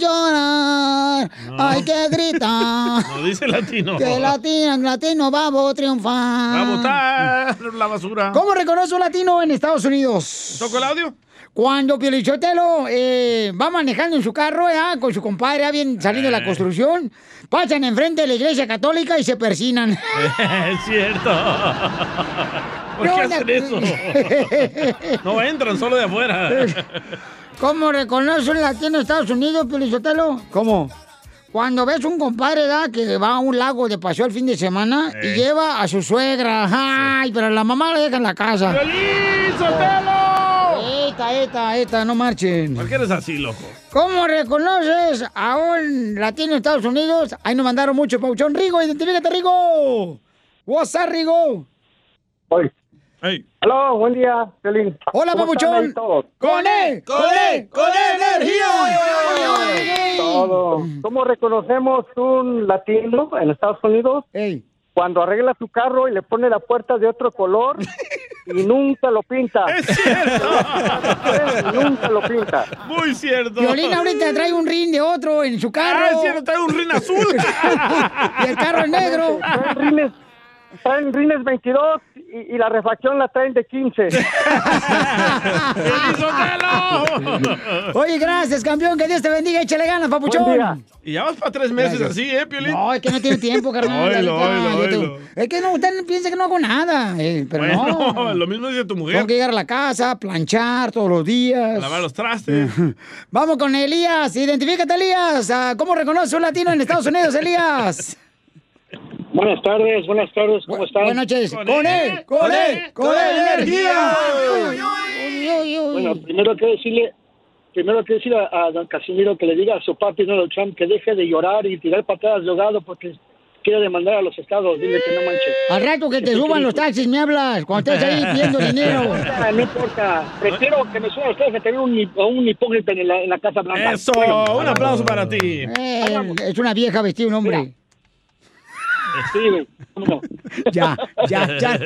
Speaker 2: llorar. Hay que gritar.
Speaker 20: No dice latino.
Speaker 2: Que el latino, el latino va a triunfar.
Speaker 20: Va a botar la basura.
Speaker 2: ¿Cómo reconoce un latino en Estados Unidos?
Speaker 20: ¿Toco el audio?
Speaker 2: Cuando Piolichotelo eh, va manejando en su carro, ¿eh? con su compadre, ¿eh? bien saliendo de la construcción, pasan enfrente de la iglesia católica y se persinan.
Speaker 20: es cierto. ¿Por
Speaker 2: No,
Speaker 20: qué
Speaker 2: la-
Speaker 20: hacen eso? No entran, solo de afuera.
Speaker 2: ¿Cómo reconoce un latino en Estados Unidos, Piolichotelo? ¿Cómo? Cuando ves un compadre ¿eh? que va a un lago de paseo el fin de semana
Speaker 1: Eh.
Speaker 2: y lleva a su suegra, ay, pero la mamá la deja en la casa.
Speaker 1: ¡Piolín Sotelo!
Speaker 2: ¡Eh, esta, esta, no marchen.
Speaker 3: ¿Por qué eres así, loco?
Speaker 2: ¿Cómo reconoces a un latino de Estados Unidos? Ahí nos mandaron mucho, Pauchón. Rigo, identifícate, Rigo. What's up, Rigo?
Speaker 14: Hoy. Hola, buen día, Piolín.
Speaker 2: Hola,
Speaker 14: ¿Cómo están
Speaker 2: papuchón.
Speaker 14: ahí todos?
Speaker 2: ¡Con él! ¡Con
Speaker 3: E,
Speaker 2: él! ¡Con E energía!
Speaker 14: Todo. ¿Cómo reconocemos un latino en Estados Unidos? Cuando arregla su carro y le pone la puerta de otro color y nunca lo pinta. nunca lo pinta.
Speaker 3: Muy cierto.
Speaker 2: Violín ahorita trae un rin de otro en su carro.
Speaker 3: Ah, es cierto, trae un rin azul.
Speaker 2: y el carro es negro.
Speaker 14: Traen rines, traen rines 22 y, y la refacción la traen de 15.
Speaker 2: Oye, gracias, campeón. Que Dios te bendiga. Échale ganas, papuchón.
Speaker 3: Buen día. Y ya vas para tres meses
Speaker 2: Gracias.
Speaker 3: así, ¿eh, Piolín?
Speaker 2: No, es que no tiene tiempo, carnal.
Speaker 3: Oilo,
Speaker 2: ahorita,
Speaker 3: oilo,
Speaker 2: yo te-
Speaker 3: oilo.
Speaker 2: Es que no, usted piensa que no hago nada, eh, pero
Speaker 3: Bueno,
Speaker 2: no.
Speaker 3: lo mismo dice tu mujer.
Speaker 2: Tengo que llegar a la casa, planchar todos los días.
Speaker 3: Lavar los trastes.
Speaker 2: Vamos con Elías. Identifícate, Elías. Ah, ¿Cómo reconoce un latino en Estados Unidos, Elías?
Speaker 14: Buenas tardes, buenas tardes, ¿cómo están?
Speaker 2: Buenas noches. Con él, con él, con él, energía. Uy, uy, uy.
Speaker 14: Bueno, primero que decirle, primero que decir a, a don Casimiro que le diga a su papi Donald Trump que deje de llorar y tirar patadas de ahogado porque quiere demandar a los estados. Dile que no manche.
Speaker 2: Al rato que te suban los taxis, me hablas. Cuando estés ahí pidiendo dinero.
Speaker 14: No importa, no importa. Prefiero que me suban ustedes a tener un, hip- a un hipócrita en la, en la Casa Blanca.
Speaker 3: Eso,
Speaker 14: Bueno,
Speaker 3: un aplauso para ti.
Speaker 2: Eh, es una vieja vestida, un hombre.
Speaker 14: Sí, güey.
Speaker 2: Ya, ya, ya.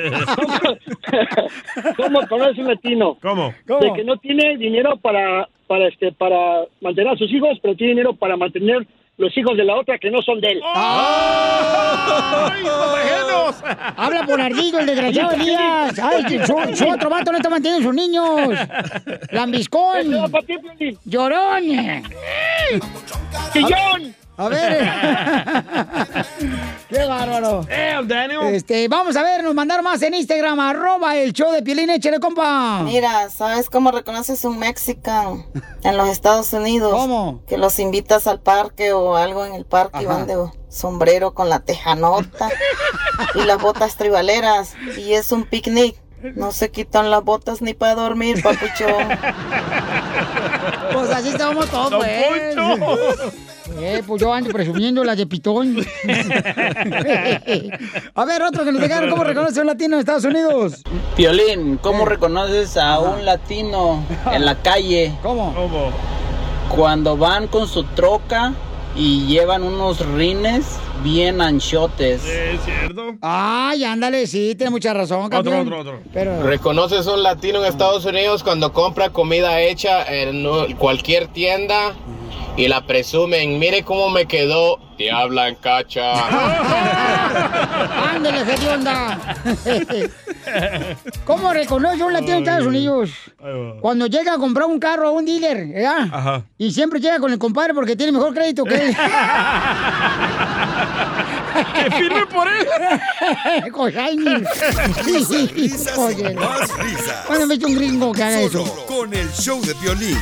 Speaker 14: ¿Cómo conoce un latino?
Speaker 3: ¿Cómo?
Speaker 14: De que no tiene dinero para, para, este, para mantener a sus hijos, pero tiene dinero para mantener los hijos de la otra que no son de él.
Speaker 2: Habla por ardido el desgraciado Elías. Ay, que su, su otro vato no está manteniendo sus niños. Lambiscón. Llorón.
Speaker 14: Chillón.
Speaker 2: A ver. eh, Qué bárbaro. Este, vamos a ver, nos mandaron más en Instagram, arroba el show de Pielín, échale, compa.
Speaker 4: Mira, ¿sabes cómo reconoces un mexicano en los Estados Unidos? ¿Cómo? Que los invitas al parque o algo en el parque y van de sombrero con la tejanota y las botas tribaleras y es un picnic. No se quitan las botas ni para dormir, papuchón.
Speaker 2: Pues así estábamos todos,
Speaker 4: Don
Speaker 2: pues. Eh, pues yo ando presumiendo las de pitón. a ver, otro que nos dejaron, ¿cómo reconoce un latino en Estados Unidos?
Speaker 28: Piolín, ¿cómo reconoces a un latino en la calle?
Speaker 2: ¿Cómo?
Speaker 28: Cuando van con su troca y llevan unos rines bien anchotes.
Speaker 3: ¿Es cierto?
Speaker 2: Ay, ándale, sí, tiene mucha razón, campeón.
Speaker 3: otro,
Speaker 2: otro. Pero...
Speaker 29: ¿Reconoces un latino en Estados Unidos cuando compra comida hecha en u- cualquier tienda y la presumen? Mire cómo me quedó. Te hablan cacha.
Speaker 2: Ándale, gedionda. ¿Cómo reconoce un latino en Estados Unidos? Cuando llega a comprar un carro a un dealer, ¿ya?
Speaker 3: Ajá.
Speaker 2: Y siempre llega con el compadre porque tiene mejor crédito que él.
Speaker 8: ¡Que firme
Speaker 2: por él! ¡Cojaini!
Speaker 5: risas y
Speaker 2: Oye,
Speaker 5: más risas.
Speaker 2: ¿cuándo me un gringo que haga eso?
Speaker 5: Solo con el show de violín.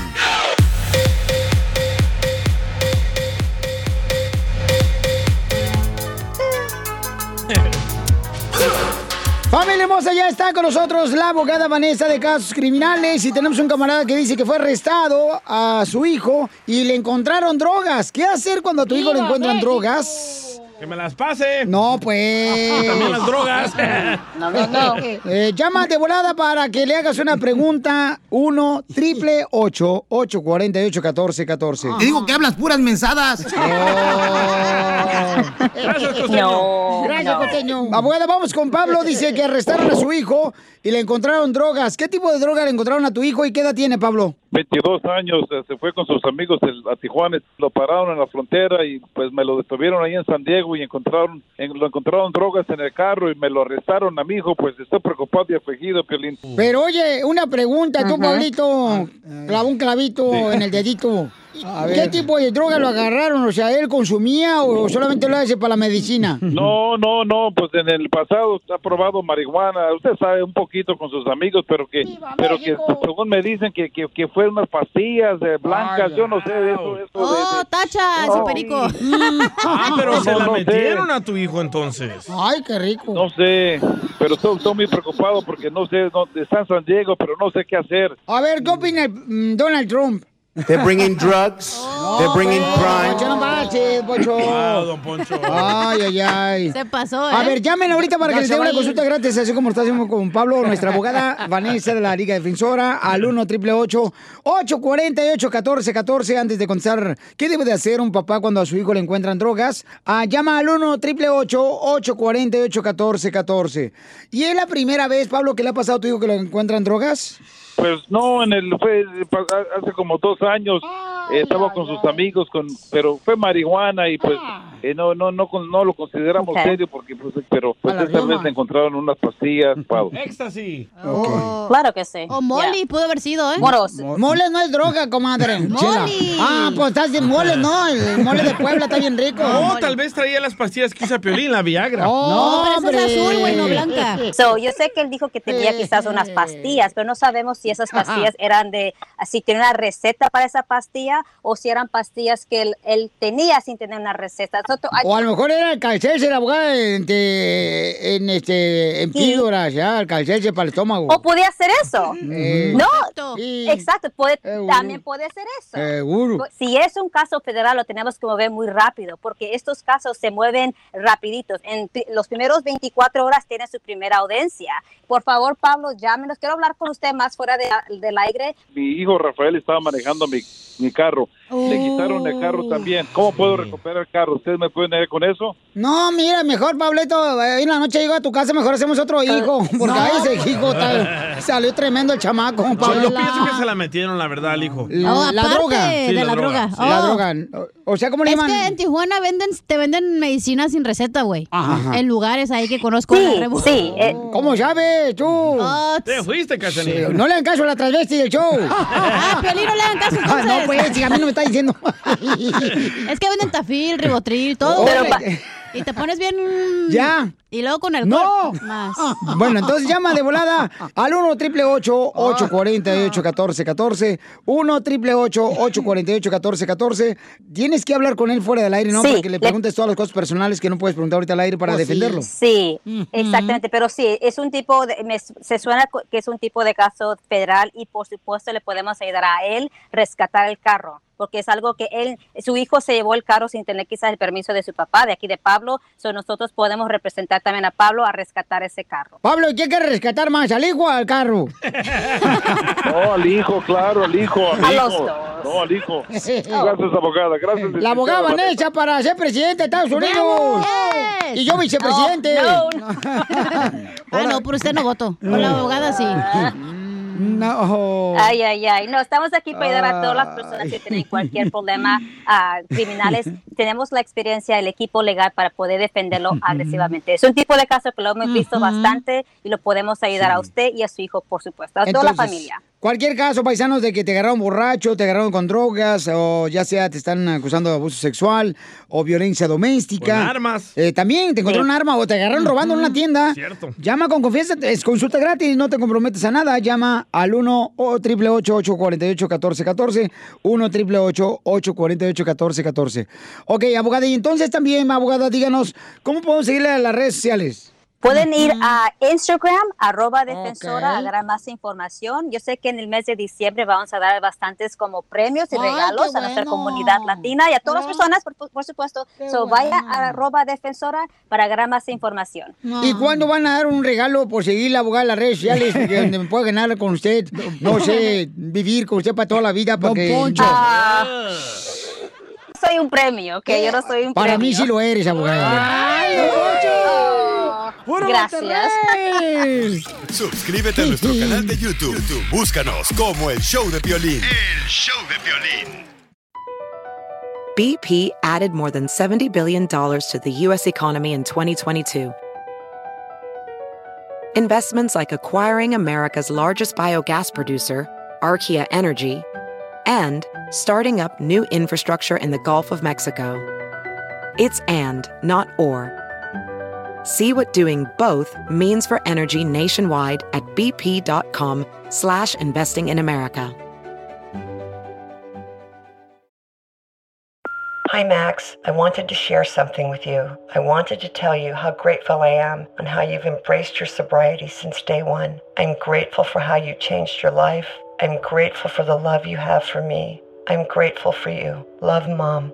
Speaker 2: Familia hermosa, ya está con nosotros la abogada Vanessa de casos criminales y tenemos un camarada que dice que fue arrestado a su hijo y le encontraron drogas. ¿Qué hacer cuando a tu hijo le encuentran drogas?
Speaker 3: Que me las pase.
Speaker 2: No, pues.
Speaker 3: También las drogas.
Speaker 4: No, no, no.
Speaker 2: Eh, llama de volada para que le hagas una pregunta. 1 triple 848 1414
Speaker 4: Ah.
Speaker 8: Te digo
Speaker 2: que hablas puras mensadas. Oh. Eh,
Speaker 8: Gracias, costeño. No,
Speaker 2: Gracias,
Speaker 8: no.
Speaker 2: costeño. Abogada, vamos con Pablo. Dice que arrestaron a su hijo y le encontraron drogas. ¿Qué tipo de droga le encontraron a tu hijo y qué edad tiene, Pablo?
Speaker 17: 22 años, eh, se fue con sus amigos el- a Tijuana, lo pararon en la frontera y pues me lo detuvieron ahí en San Diego y encontraron, en- lo encontraron drogas en el carro y me lo arrestaron a mi hijo, pues está preocupado y afligido, Piolín.
Speaker 2: Pero oye, una pregunta. Tú, Pablito, clavó un clavito en el dedito.
Speaker 8: A
Speaker 2: ¿Qué
Speaker 8: ver.
Speaker 2: tipo de droga lo agarraron? O sea, ¿él consumía o solamente lo hace para la medicina?
Speaker 17: No, no, no, pues en el pasado ha probado marihuana, usted sabe un poquito con sus amigos, pero que, pero que según me dicen que, que, que fueron unas pastillas eh,
Speaker 8: Ah,
Speaker 17: blancas, yo no sé de eso. eso de-
Speaker 4: Oh, tacha, ese perico.
Speaker 20: Ah, pero se
Speaker 17: No,
Speaker 20: la
Speaker 17: no sé.
Speaker 20: metieron a tu hijo entonces.
Speaker 2: Ay, qué rico.
Speaker 17: No sé, pero estoy, estoy muy preocupado porque no sé, no, está en San Diego, pero no sé qué hacer.
Speaker 2: A ver, ¿qué opina el, mm, Donald Trump?
Speaker 17: They're bringing drugs,
Speaker 2: they're bringing crime. Poncho, no marches, Poncho.
Speaker 20: Wow, don Poncho.
Speaker 2: Ay, ay, ay.
Speaker 4: Se pasó, ¿eh?
Speaker 2: A ver, llamen ahorita para que les dé una consulta gratis, así como está haciendo con Pablo, nuestra abogada Vanessa de la Liga Defensora, al 1 888 848 1414 antes de contestar qué debe de hacer un papá cuando a su hijo le encuentran drogas. Ah, llama al 1 888 848 1414 ¿Y es la primera vez, Pablo, que le ha pasado a tu hijo que le encuentran drogas?
Speaker 17: Pues no, en el fue pa- hace como dos años eh, estaba con sus amigos, con pero fue marihuana y pues eh, no no no con- no lo consideramos
Speaker 20: Ok.
Speaker 17: serio porque pues pero pues esta vez encontraron unas pastillas, Pau.
Speaker 20: Éxtasis.
Speaker 4: Claro que sí. O Molly, pudo haber sido, ¿eh?
Speaker 2: Moros. Mole no es droga, comadre. Chela. Ah, pues estás de mole, no. El mole de Puebla está bien rico.
Speaker 20: No, tal vez traía las pastillas que usa Piolín, la Viagra.
Speaker 9: So, yo sé que él dijo que tenía quizás unas pastillas, pero no sabemos si esas pastillas eran de, si tiene una receta para esa pastilla o si eran pastillas que él, él tenía sin tener una receta. So, to-
Speaker 2: O a lo mejor era el calcelse, la abogada, en, te- en, este, en píldoras, ya, el calcelse para el estómago.
Speaker 9: o podía hacer eso.
Speaker 2: Eh.
Speaker 9: No, exacto, puede, también puede hacer eso.
Speaker 2: Eh, Seguro.
Speaker 9: Pues, Si es un caso federal, lo tenemos que mover muy rápido, porque estos casos se mueven rapiditos. En pri- los primeros 24 horas tienen su primera audiencia. Por favor, Pablo, llámenos. Quiero hablar con usted más fuera de- del aire.
Speaker 17: Mi hijo Rafael estaba manejando mi, mi carro, le quitaron el carro también. ¿Cómo puedo recuperar el carro? ¿Ustedes me pueden ayudar con eso?
Speaker 2: No, mira, mejor, Pableto, eh, hoy en la noche llego a tu casa, mejor hacemos otro hijo. Porque
Speaker 20: no.
Speaker 2: ahí ese hijo tal- salió tremendo el chamaco,
Speaker 20: No,
Speaker 2: Pablo.
Speaker 20: yo pienso que se la metieron, la verdad, al hijo.
Speaker 2: La,
Speaker 3: Oh,
Speaker 2: la droga.
Speaker 20: Sí, sí.
Speaker 2: La droga. O o sea, ¿cómo le
Speaker 4: es
Speaker 2: llaman?
Speaker 4: que en Tijuana venden, te venden medicina sin receta, güey.
Speaker 2: Ajá.
Speaker 4: En lugares ahí que conozco.
Speaker 2: Sí,
Speaker 4: la rebu- Oh,
Speaker 2: sí, eh. ¿Cómo sabes tú?
Speaker 20: Te fuiste, Cachanilla.
Speaker 2: Sí, No le hagan caso a la transvesti del show.
Speaker 4: Ah, Piolín, no le hagan caso,
Speaker 2: Ah,
Speaker 4: entonces.
Speaker 2: no, pues, si a mí no me está diciendo.
Speaker 4: Es que venden tafil, ribotril, todo.
Speaker 2: Pero
Speaker 4: güey.
Speaker 2: pa-
Speaker 4: y te pones bien...
Speaker 2: Ya.
Speaker 4: Y luego con el
Speaker 2: ¡No!
Speaker 4: Más.
Speaker 2: Bueno, entonces llama de volada al 1 888 848 1414 1 888 848 1414 Tienes que hablar con él fuera del aire, ¿no?
Speaker 9: Sí,
Speaker 2: Para que le
Speaker 9: le-
Speaker 2: preguntes todas las cosas personales que no puedes preguntar ahorita al aire para
Speaker 9: Oh, sí.
Speaker 2: defenderlo.
Speaker 9: Sí, exactamente, pero sí, es un tipo de, me- se suena co- que es un tipo de caso federal y por supuesto le podemos ayudar a él rescatar el carro, porque es algo que él, su hijo se llevó el carro sin tener quizás el permiso de su papá, de aquí de Pablo, so nosotros podemos representar también a Pablo a rescatar ese carro.
Speaker 2: Pablo, ¿y ¿qué hay que rescatar más? ¿Al hijo o al carro?
Speaker 17: No, al hijo, claro, al hijo, al
Speaker 2: A
Speaker 17: hijo.
Speaker 2: los
Speaker 17: No, al hijo. Gracias, abogada, gracias.
Speaker 2: La abogada Vanessa para ser presidente de Estados Unidos. Y yo vicepresidente.
Speaker 4: No, Ah, no, por usted no voto. Con la abogada sí.
Speaker 2: No.
Speaker 9: Ay, ay, ay. No, estamos aquí para ayudar a todas las personas que tienen cualquier problema ah, criminales. Tenemos la experiencia del equipo legal para poder defenderlo agresivamente. Es un tipo de caso que lo hemos visto bastante y lo podemos ayudar a usted y a su hijo, por supuesto, a toda la
Speaker 2: Entonces,
Speaker 9: familia.
Speaker 2: Cualquier caso, paisanos, de que te agarraron borracho, te agarraron con drogas, o ya sea te están acusando de abuso sexual o violencia doméstica.
Speaker 20: Con armas.
Speaker 2: Eh, también te encontraron un arma o te agarraron robando en una tienda.
Speaker 20: Cierto.
Speaker 2: Llama con confianza, es consulta gratis, no te comprometes a nada. Llama al 1 888 848 1414 1 888 848 1414 Ok, abogada, y entonces también, abogada, díganos, ¿cómo podemos seguirle a las redes sociales?
Speaker 9: Pueden ir a Instagram, arroba defensora, agarrar más información. Yo sé que en el mes de diciembre vamos a dar bastantes como premios y
Speaker 2: Ah,
Speaker 10: Ay,
Speaker 9: regalos
Speaker 10: qué
Speaker 9: a nuestra comunidad latina y a todas las personas, por, por supuesto. So, vaya a arroba defensora para agarrar más información.
Speaker 2: ¿Y cuándo van a dar un regalo por seguir la abogada en las redes sociales que donde me pueda ganar con usted? No sé, vivir con usted para toda la vida. Porque...
Speaker 9: Ah, soy un premio, que yo no soy un
Speaker 2: Para
Speaker 9: premio.
Speaker 2: mí sí lo eres, abogada.
Speaker 9: Gracias.
Speaker 5: Suscríbete a nuestro canal de YouTube. YouTube, Búscanos como el show de violín. El show de violín.
Speaker 19: BP added more than $70 billion to the U.S. economy in 2022. Investments like acquiring America's largest biogas producer, Archaea Energy,
Speaker 30: and starting up new infrastructure in the Gulf of Mexico. It's and, not or. See what doing both means for energy nationwide at bp.com slash investing in America.
Speaker 31: Hi, Max. I wanted to share something with you. I wanted to tell you how grateful I am on how you've embraced your sobriety since day one. I'm grateful for how you changed your life. I'm grateful for the love you have for me. I'm grateful for you. Love, Mom.